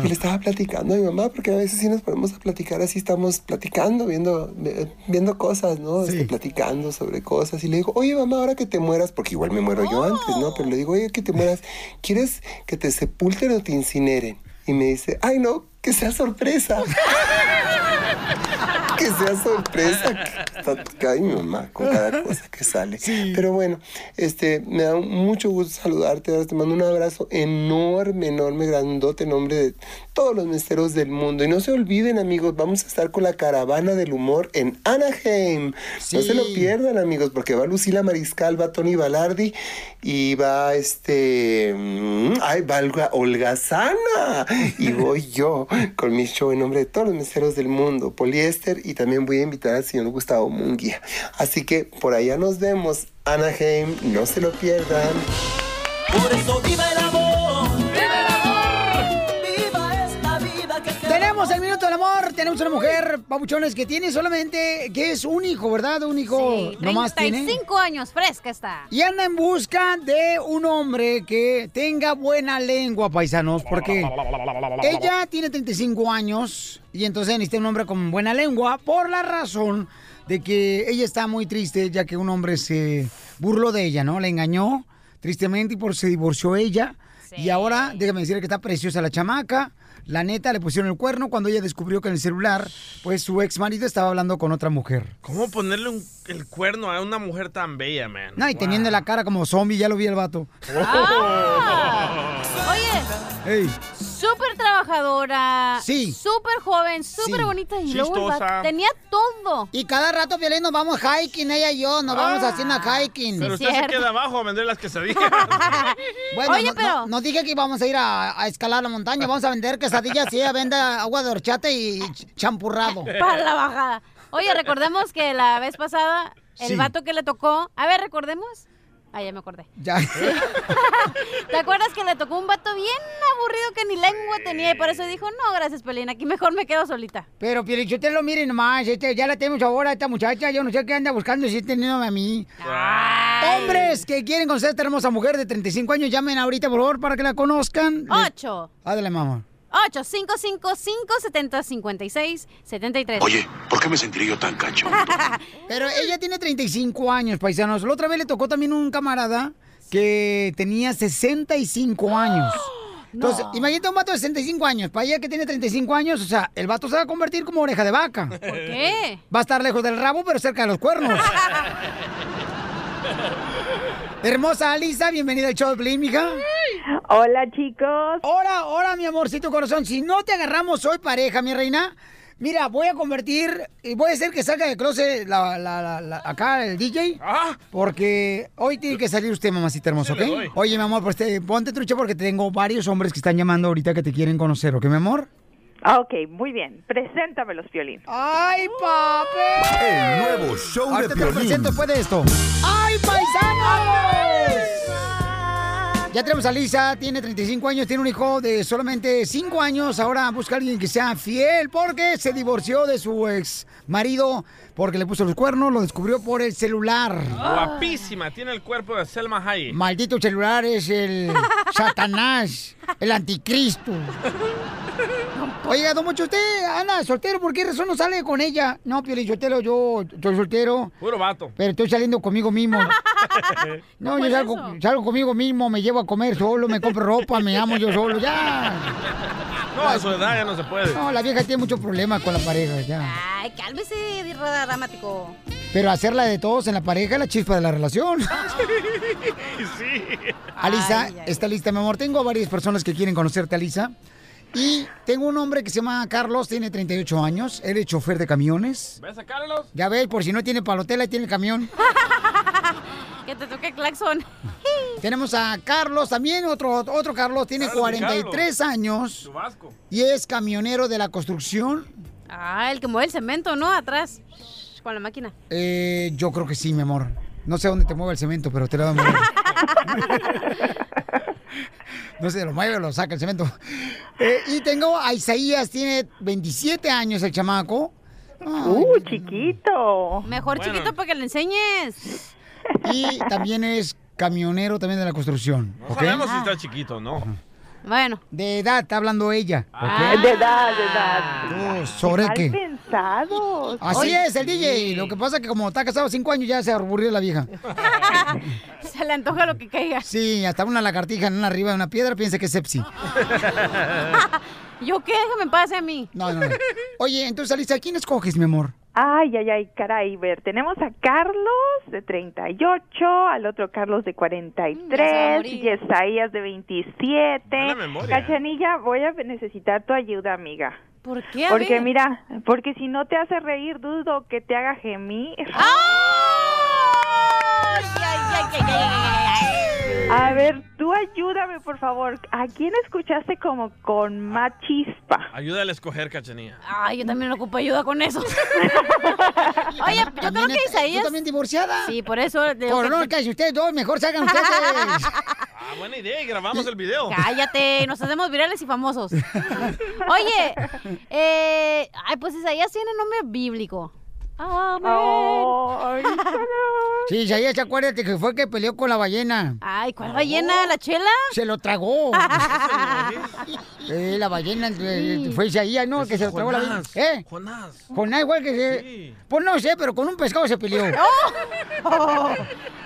S21: Y le estaba platicando a mi mamá, porque a veces sí nos ponemos a platicar así, estamos platicando, viendo, eh, viendo cosas, ¿no? Este, platicando sobre cosas. Y le digo, oye mamá, ahora que te mueras, porque igual me muero yo antes, ¿no? Pero le digo, oye, que te mueras, ¿quieres que te sepulten o te incineren? Y me dice, ay no, que sea sorpresa. [LAUGHS] que sea sorpresa que está tocada mi mamá con cada cosa que sale. Pero bueno, este, me da mucho gusto saludarte. ahora Te mando un abrazo enorme, enorme, grandote en nombre de todos los meseros del mundo. Y no se olviden, amigos, vamos a estar con la caravana del humor en Anaheim. No se lo
S2: Sí.
S21: pierdan, amigos, porque va Lucila Mariscal, va Tony Balardi y va este. mm, Ay, va Olga, Olga Sana. Y voy yo con mi show en nombre de todos los meseros del mundo, Poliéster, y también voy a invitar al señor Gustavo Munguía. Así que por allá nos vemos, Anaheim, no se lo pierdan.
S10: Por eso viva el amor. Viva el amor. Viva esta vida que
S2: Tenemos el minuto del amor, tenemos una mujer, papuchones, que tiene solamente, que es un hijo, ¿verdad? Un hijo nomás tiene.
S4: 35 años, fresca está.
S2: Y anda en busca de un hombre que tenga buena lengua, paisanos, porque ella tiene 35 años y entonces necesita un hombre con buena lengua por la razón de que ella está muy triste ya que un hombre se burló de ella, ¿no? La engañó tristemente y por se divorció ella. Y ahora, déjame decirle que está preciosa la chamaca. La neta, le pusieron el cuerno cuando ella descubrió que en el celular, pues su ex marido estaba hablando con otra mujer.
S3: ¿Cómo ponerle un- el cuerno a una mujer tan bella, man?
S2: No, y teniendo la cara como zombie, ya lo vi el vato. Oh.
S4: Ah. Oye,
S2: Ey.
S4: súper trabajadora.
S2: Sí.
S4: Súper joven, súper
S2: Sí.
S4: bonita. Y luego el
S2: Chistosa.
S4: vato
S2: [LAUGHS]
S4: tenía todo.
S2: Y cada rato, Violín, nos vamos hiking, ella y yo, nos vamos haciendo hiking.
S3: Pero usted se queda abajo a vender las quesadillas.
S2: [LAUGHS] Bueno,
S3: Oye,
S2: no,
S3: pero-
S2: no- no dije que íbamos a ir a, a escalar la montaña, vamos a vender quesadillas y ella vende agua de horchata y ch- champurrado.
S4: [LAUGHS] Para la bajada. Oye, recordemos que la vez pasada, el
S2: Sí.
S4: vato que le tocó. A ver, recordemos. Ah, ya me acordé.
S2: Ya.
S4: [LAUGHS] ¿Te acuerdas que le tocó un vato bien aburrido que ni lengua tenía? Y por eso dijo, no, gracias, Pelín, aquí mejor me quedo solita.
S2: Pero Pielichotelo, miren nomás, este, ya la tenemos ahora, esta muchacha, yo no sé qué anda buscando si teniéndome a mí. Hombres que quieren conocer a esta hermosa mujer de 35 años, llamen ahorita, por favor, para que la conozcan.
S4: Ocho.
S2: Ándale, mamá.
S4: 8 555 70 56 73
S1: Oye, ¿por qué me sentiré yo tan cacho?
S2: Pero ella tiene 35 años, paisanos. La otra vez le tocó también un camarada que tenía 65 años. Entonces, imagínate un vato de 65 años. Para ella que tiene 35 años, o sea, el vato se va a convertir como oreja de vaca.
S4: ¿Por qué?
S2: Va a estar lejos del rabo, pero cerca de los
S4: [LAUGHS]
S2: cuernos. Hermosa Alisa, bienvenida al show de Piolín, mija.
S20: Hola, chicos.
S2: Hola, hola, mi amorcito corazón. Si no te agarramos hoy pareja, mi reina, mira, voy a convertir y voy a hacer que salga de closet la- la- la- la- acá el DJ. Porque hoy tiene que salir usted, mamacita hermosa, ¿ok?
S10: Ah. le doy.
S2: Oye, mi amor, pues te- ponte trucha porque tengo varios hombres que están llamando ahorita que te quieren conocer, ¿ok, mi amor?
S20: Ah, ok, muy bien. Preséntame los violines.
S2: ¡Ay, papi!
S11: El nuevo show
S2: Ahorita
S11: de
S2: te lo
S11: Piolín.
S2: presento después de esto. ¡Ay, paisanos! Ya tenemos a Lisa, tiene 35 años, tiene un hijo de solamente 5 años. Ahora busca a alguien que sea fiel porque se divorció de su ex marido porque le puso los cuernos, lo descubrió por el celular.
S3: Guapísima, tiene el cuerpo de Selma Hayek.
S2: Maldito celular es el Satanás, el anticristo. Oiga, don Mocho, usted anda soltero, ¿por qué razón no sale con ella? No, Piolín Sotelo, yo estoy soltero.
S3: Puro vato.
S2: Pero estoy saliendo conmigo mismo. No,
S3: ¿Cómo
S2: yo
S3: es
S2: salgo,
S3: eso?
S2: salgo conmigo mismo, me llevo a comer solo, me compro ropa, me amo yo solo, ya.
S3: No, a su edad ya no se puede.
S2: No, la vieja tiene muchos problemas con la pareja, ya.
S4: Ay, cálmese, rueda dramático.
S2: Pero hacerla de todos en la pareja es la chispa de la relación.
S3: sí.
S2: Alisa,
S4: Ay, ay,
S2: está lista, mi amor. Tengo varias personas que quieren conocerte, Alisa. Y tengo un hombre que se llama Carlos, tiene 38 años, él es chofer de camiones.
S3: ¿Ves a Carlos?
S2: Ya ves, por si no tiene palotela, tiene el camión.
S4: Que te toque claxon.
S2: Tenemos a Carlos también, otro, otro Carlos, tiene
S4: Carlos,
S2: 43
S4: Carlos.
S2: años y es camionero de la construcción.
S4: Ah, el que mueve el cemento, ¿no? Atrás. Shh, Con la máquina.
S2: Eh, yo creo que sí, mi amor. No sé dónde te mueve el cemento, pero te lo da No sé, lo mueve o lo saca el cemento. Eh, y tengo a Isaías, tiene 27 años el chamaco.
S20: Uh, chiquito.
S4: Mejor
S2: Bueno.
S4: chiquito para que le enseñes.
S2: Y también es camionero también de la construcción.
S3: No
S2: ¿ok? Ah.
S3: sabemos si está chiquito o no.
S4: Bueno.
S2: De edad, está hablando ella.
S3: Ah.
S2: ¿ok?
S20: De edad, de edad.
S2: Oh, soreque.
S20: Mal pensados.
S2: Así
S20: Oye,
S2: es, el DJ.
S20: [LAUGHS]
S2: Lo que pasa es que como está casado cinco años ya se aburrió la vieja.
S4: [LAUGHS] Se le antoja lo que caiga.
S2: Sí, hasta una lagartija en una arriba de una piedra piensa que es sepsi.
S4: ¿Yo qué? Déjame pase a mí.
S2: No, no, no. [LAUGHS] Oye, entonces, Alicia, ¿a quién escoges, mi amor?
S20: Ay, ay, ay, caray, ver, tenemos a Carlos de 38, al otro Carlos de
S4: Mm, ya se va a
S20: 43,
S4: morir.
S20: Yesaías de 27.
S4: Buena memoria,
S20: Cachanilla, voy a necesitar tu ayuda, amiga.
S4: ¿Por qué? A
S20: Porque
S4: ver.
S20: mira, porque si no te hace reír, dudo que te haga gemir.
S4: ¡Ah!
S20: A ver, tú ayúdame, por favor. ¿A quién escuchaste como con más chispa?
S3: Ayúdale a escoger, cachanía.
S4: Ay, yo también ocupo ayuda con
S2: [LAUGHS]
S4: eso. Oye, yo creo que Isaías... Tú también
S2: divorciada.
S4: Sí, por eso...
S2: Por no, que si ustedes dos, mejor salgan ustedes.
S4: [LAUGHS]
S3: Ah, buena idea, y grabamos el [LAUGHS] video.
S4: Cállate, nos hacemos virales y famosos. Oye, eh, ay, pues Isaías tiene nombre bíblico. Amén.
S2: Sí, Isaías, acuérdate que fue que peleó con la ballena.
S4: [LAUGHS] Ay, ¿cuál ballena? ¿La
S20: [LAUGHS]
S4: chela?
S2: Se lo
S4: [LAUGHS]
S2: tragó. Eh, la ballena eh, fue Isaías, ¿no? Que se lo tragó la ballena.
S10: Jonás.
S2: ¿Eh?
S3: Jonás.
S2: Jonás igual que se... Pues no sé, pero con un pescado se peleó.
S4: Oh. [LAUGHS]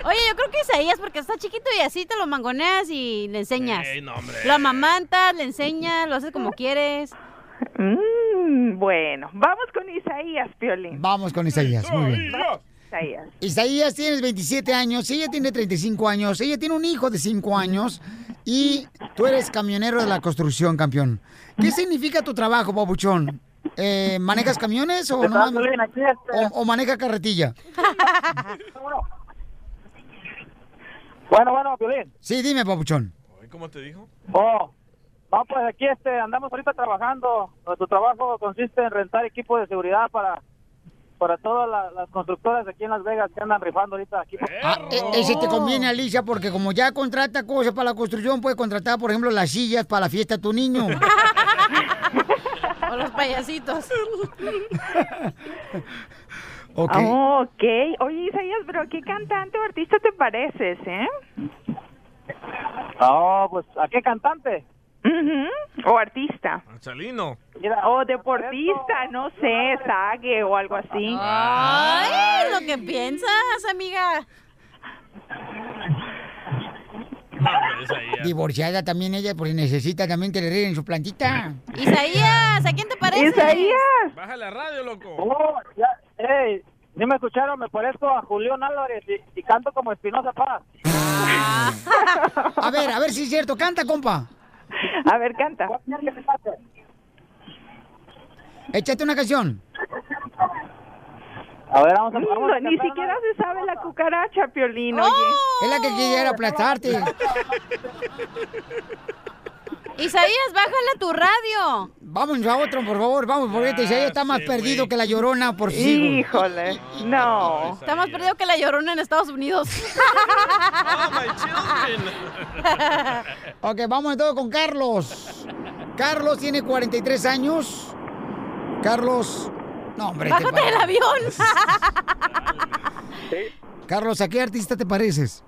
S4: Oye, yo creo que Isaías porque está chiquito y así te lo mangoneas y le enseñas.
S20: Ey, no, hombre.
S4: lo amamantas, le enseñas, lo haces como quieres.
S20: Mm, bueno, vamos con Isaías, Piolín.
S2: Vamos con Isaías, muy bien.
S20: Isaías.
S2: Isaías tienes 27 años, ella tiene 35 años, ella tiene un hijo de 5 años y tú eres camionero de la construcción, campeón. ¿Qué significa tu trabajo, babuchón? Eh, ¿Manejas camiones o,
S10: Te
S2: nomás-
S10: paso bien aquí, este.
S2: o, o maneja carretilla?
S9: [LAUGHS] Bueno, bueno, Piolín.
S2: Sí, dime, babuchón.
S3: ¿Cómo te dijo?
S9: Oh, no, pues aquí este, andamos ahorita trabajando. Nuestro trabajo consiste en rentar equipos de seguridad para, para todas la- las constructoras aquí en Las Vegas que andan rifando ahorita aquí.
S2: E- ese te conviene, Alicia, porque como ya contrata cosas para la construcción, puede contratar, por ejemplo, las sillas para la fiesta de tu niño.
S9: [LAUGHS]
S4: O los
S20: [LAUGHS]
S4: payasitos.
S2: Ok.
S20: Ah, ok. Oye, Isaías, pero ¿qué cantante o artista te pareces, eh?
S9: Oh, pues, ¿a qué cantante?
S20: Ujú, O artista.
S3: Chalino.
S20: o deportista, no sé, sague o algo así.
S4: Ay, lo que piensas, amiga.
S2: Divorciada también ella, porque necesita también que le rieguen su
S4: [LAUGHS]
S2: plantita.
S4: Isaías, ¿a quién te pareces?
S2: Isaías.
S3: Baja la radio, loco.
S9: Oh, ya, hey, ¿no me escucharon? Me parezco a Julián Álvarez y, y canto como Espinosa Paz.
S2: A ver, a ver si es cierto. Canta, compa.
S20: A ver, canta.
S2: Échate una canción.
S9: A ver, vamos
S20: No, ni siquiera se sabe la cucaracha, Piolín, oye.
S2: Es la que quisiera aplastarte.
S4: Isaías, bájale a tu radio.
S2: Vamos a otro, por favor. Vamos, porque este Isaías está más perdido que la llorona por sí.
S20: Híjole, no.
S4: Está más perdido que la llorona en Estados
S3: [LAUGHS]
S4: Unidos.
S2: [LAUGHS] Ok, vamos entonces con Carlos. Carlos tiene 43 años. Carlos. No, [LAUGHS] hombre. te
S4: Bájate del
S2: pa-
S4: avión.
S2: Carlos, ¿a qué artista te pareces?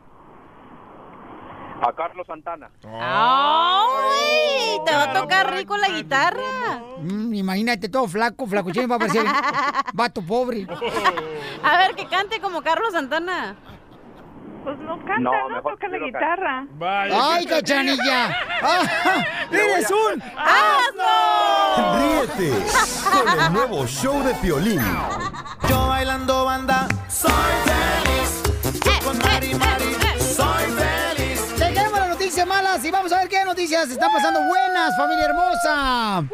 S9: A Carlos Santana.
S4: Ay,
S3: Oh,
S4: te va a tocar rico la guitarra.
S2: Mm, imagínate todo flaco, flacuchín, va a parecer vato pobre.
S3: [LAUGHS]
S4: A ver, que cante como Carlos Santana.
S20: Pues no canta,
S2: No, no, mejor toca la quiero cantar. guitarra.
S10: Vaya.
S2: ¡Ay, [LAUGHS] cachanilla! Ah, ¡Eres un
S11: Ríete con el nuevo show de Piolín.
S10: Yo bailando banda soy feliz.
S4: Eh,
S10: Con Mari Mari soy feliz.
S2: Te queremos las noticias malas y vamos a ver qué noticias te están pasando buenas, familia hermosa.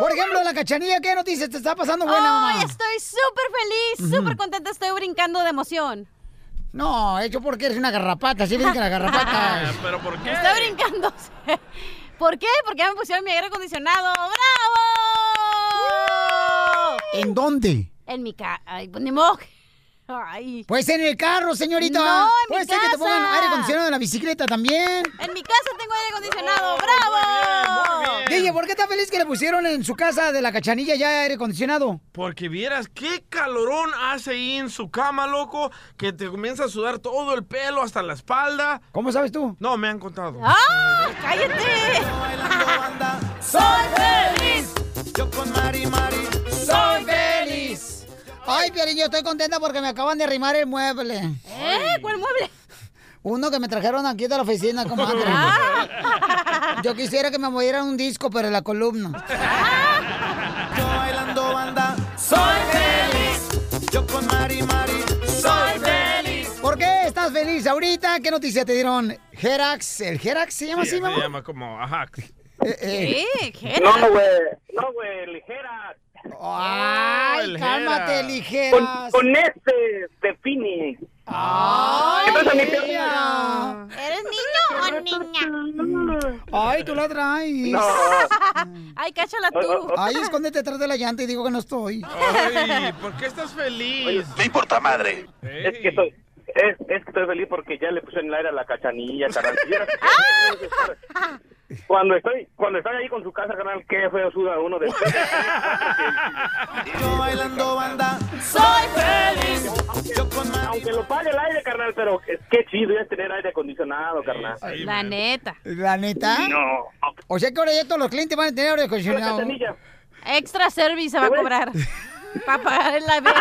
S2: Por ejemplo, la cachanilla, ¿qué noticias te está pasando buena,
S4: Ay,
S2: mamá?
S4: estoy súper feliz, súper contenta, estoy brincando de emoción.
S2: No, hecho porque eres una garrapata, sí
S4: [LAUGHS]
S2: ven que las garrapatas.
S3: Ah, ¿Pero por qué?
S4: Está brincando. [LAUGHS] ¿Por qué? Porque ya me pusieron mi aire acondicionado. ¡Bravo!
S2: ¿En dónde?
S4: En mi casa. Ay, pues ni modo. Ay.
S2: Pues en el carro, señorita.
S4: No, en mi
S2: Puede ser que te
S4: casa.
S2: pongan aire acondicionado en la bicicleta también.
S4: En mi casa tengo aire acondicionado. ¡Bravo!
S2: Dije, ¿por qué está feliz que le pusieron en su casa de la cachanilla ya aire acondicionado?
S3: Porque vieras qué calorón hace ahí en su cama, loco, que te comienza a sudar todo el pelo hasta la espalda.
S2: ¿Cómo sabes tú?
S3: No, me han contado.
S4: ¡Ah! ¡Cállate! [LAUGHS]
S10: Soy
S4: feliz.
S10: Yo con Mari Mari.
S2: ¡Soy feliz! Ay, Piolín, yo estoy contenta porque me acaban de arrimar el mueble.
S4: ¿Eh? ¿Cuál mueble?
S2: Uno que me trajeron aquí de la
S4: [LAUGHS]
S2: oficina, comadre.
S4: Ah.
S2: Yo quisiera que me movieran un disco para la columna.
S10: Yo bailando banda. Soy feliz. Yo con Mari Mari. Soy feliz.
S2: ¿Por qué estás feliz ahorita? ¿Qué noticia te dieron? Gerax, ¿el Gerax se llama
S3: Sí,
S2: así,
S3: se
S2: mamá?
S3: llama como Ajax.
S2: eh. ¿Qué?
S3: No, güey.
S2: No, güey, ligera. Ay, cálmate,
S10: Con,
S2: ligeras.
S10: con ese de Pini.
S2: Ay,
S10: ¿Qué pasa, mi
S2: ella.
S4: ¿Eres niño o niña?
S2: Ay, tú la traes.
S4: [LAUGHS]
S10: No.
S4: Ay, cáchala tú.
S2: Ay, escóndete detrás de la llanta y digo que no estoy.
S3: Ay, ¿por qué estás feliz?
S13: No importa madre.
S3: Es
S13: que soy.
S15: Es, es que estoy feliz porque ya le pusieron el aire a la cachanilla, carnal. Si
S13: [LAUGHS]
S15: vieras- Cuando estoy, cuando estoy ahí con su casa, carnal, qué feo suda uno de
S10: Yo bailando banda. Soy feliz. Yo con Mari.
S15: Aunque lo pague el aire, carnal, pero es- qué chido es tener aire acondicionado, carnal.
S4: La neta.
S2: ¿La neta?
S15: No.
S2: O sea que ahora ya todos los clientes van a tener aire acondicionado.
S4: Extra service se va a cobrar. [LAUGHS] Para pagar el avión.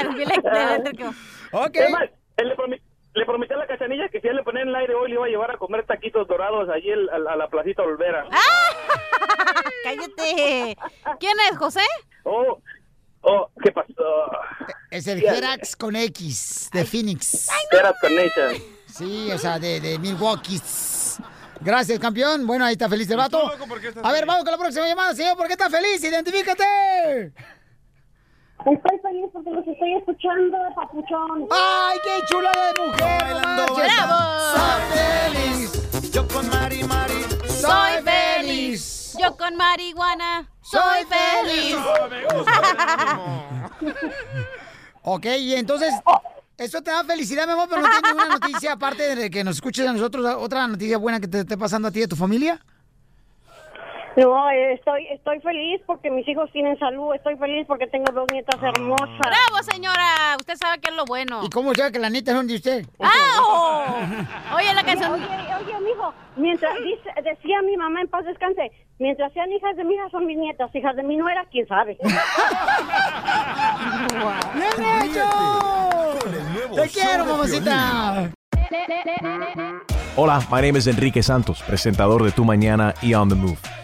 S4: El bill eléctrico.
S2: Ok.
S15: Es más, él le, promi- le prometí a la cachanilla que si él le ponía en el aire hoy le iba a llevar a comer taquitos dorados allí el- a, la- a la placita Olvera.
S4: Cállate. ¿Quién es, José?
S15: Oh, oh, ¿qué pasó?
S2: Es el Gerax con X de Phoenix.
S15: Era con ella.
S2: Sí, o sea, de, de Milwaukee. Gracias, campeón. Bueno, ahí está feliz el vato. A ver, vamos con la próxima llamada, señor. ¿Por qué está feliz? ¡Identifícate!
S19: Estoy feliz porque los estoy escuchando, papuchón.
S2: ¡Ay, qué chulada de mujer!
S10: Bailando banda. Soy feliz. Yo con Mari Mari.
S4: Soy feliz. Yo con marihuana. Soy feliz.
S2: Ok, y entonces, eso te da felicidad, mi amor, pero no tienes ninguna noticia, aparte de que nos escuches a nosotros, otra noticia buena que te esté pasando a ti y a tu familia.
S19: No, eh, estoy, estoy feliz porque mis hijos tienen salud. Estoy feliz porque tengo dos nietas hermosas.
S4: Bravo, señora. Usted sabe que es lo bueno.
S2: ¿Y cómo sabe que las nietas son de usted?
S4: ¡Ah! Oye, la canción.
S19: Oye, oye, mijo, mientras dice- decía mi mamá en paz descanse, mientras sean hijas de mi hija son mis nietas, hijas de mi nuera, quién sabe.
S2: ¡Bien hecho! ¡Te quiero, mamacita!
S22: Hola, my name is Enrique Santos, presentador de Tu Mañana y On the Move.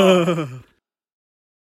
S10: vaina!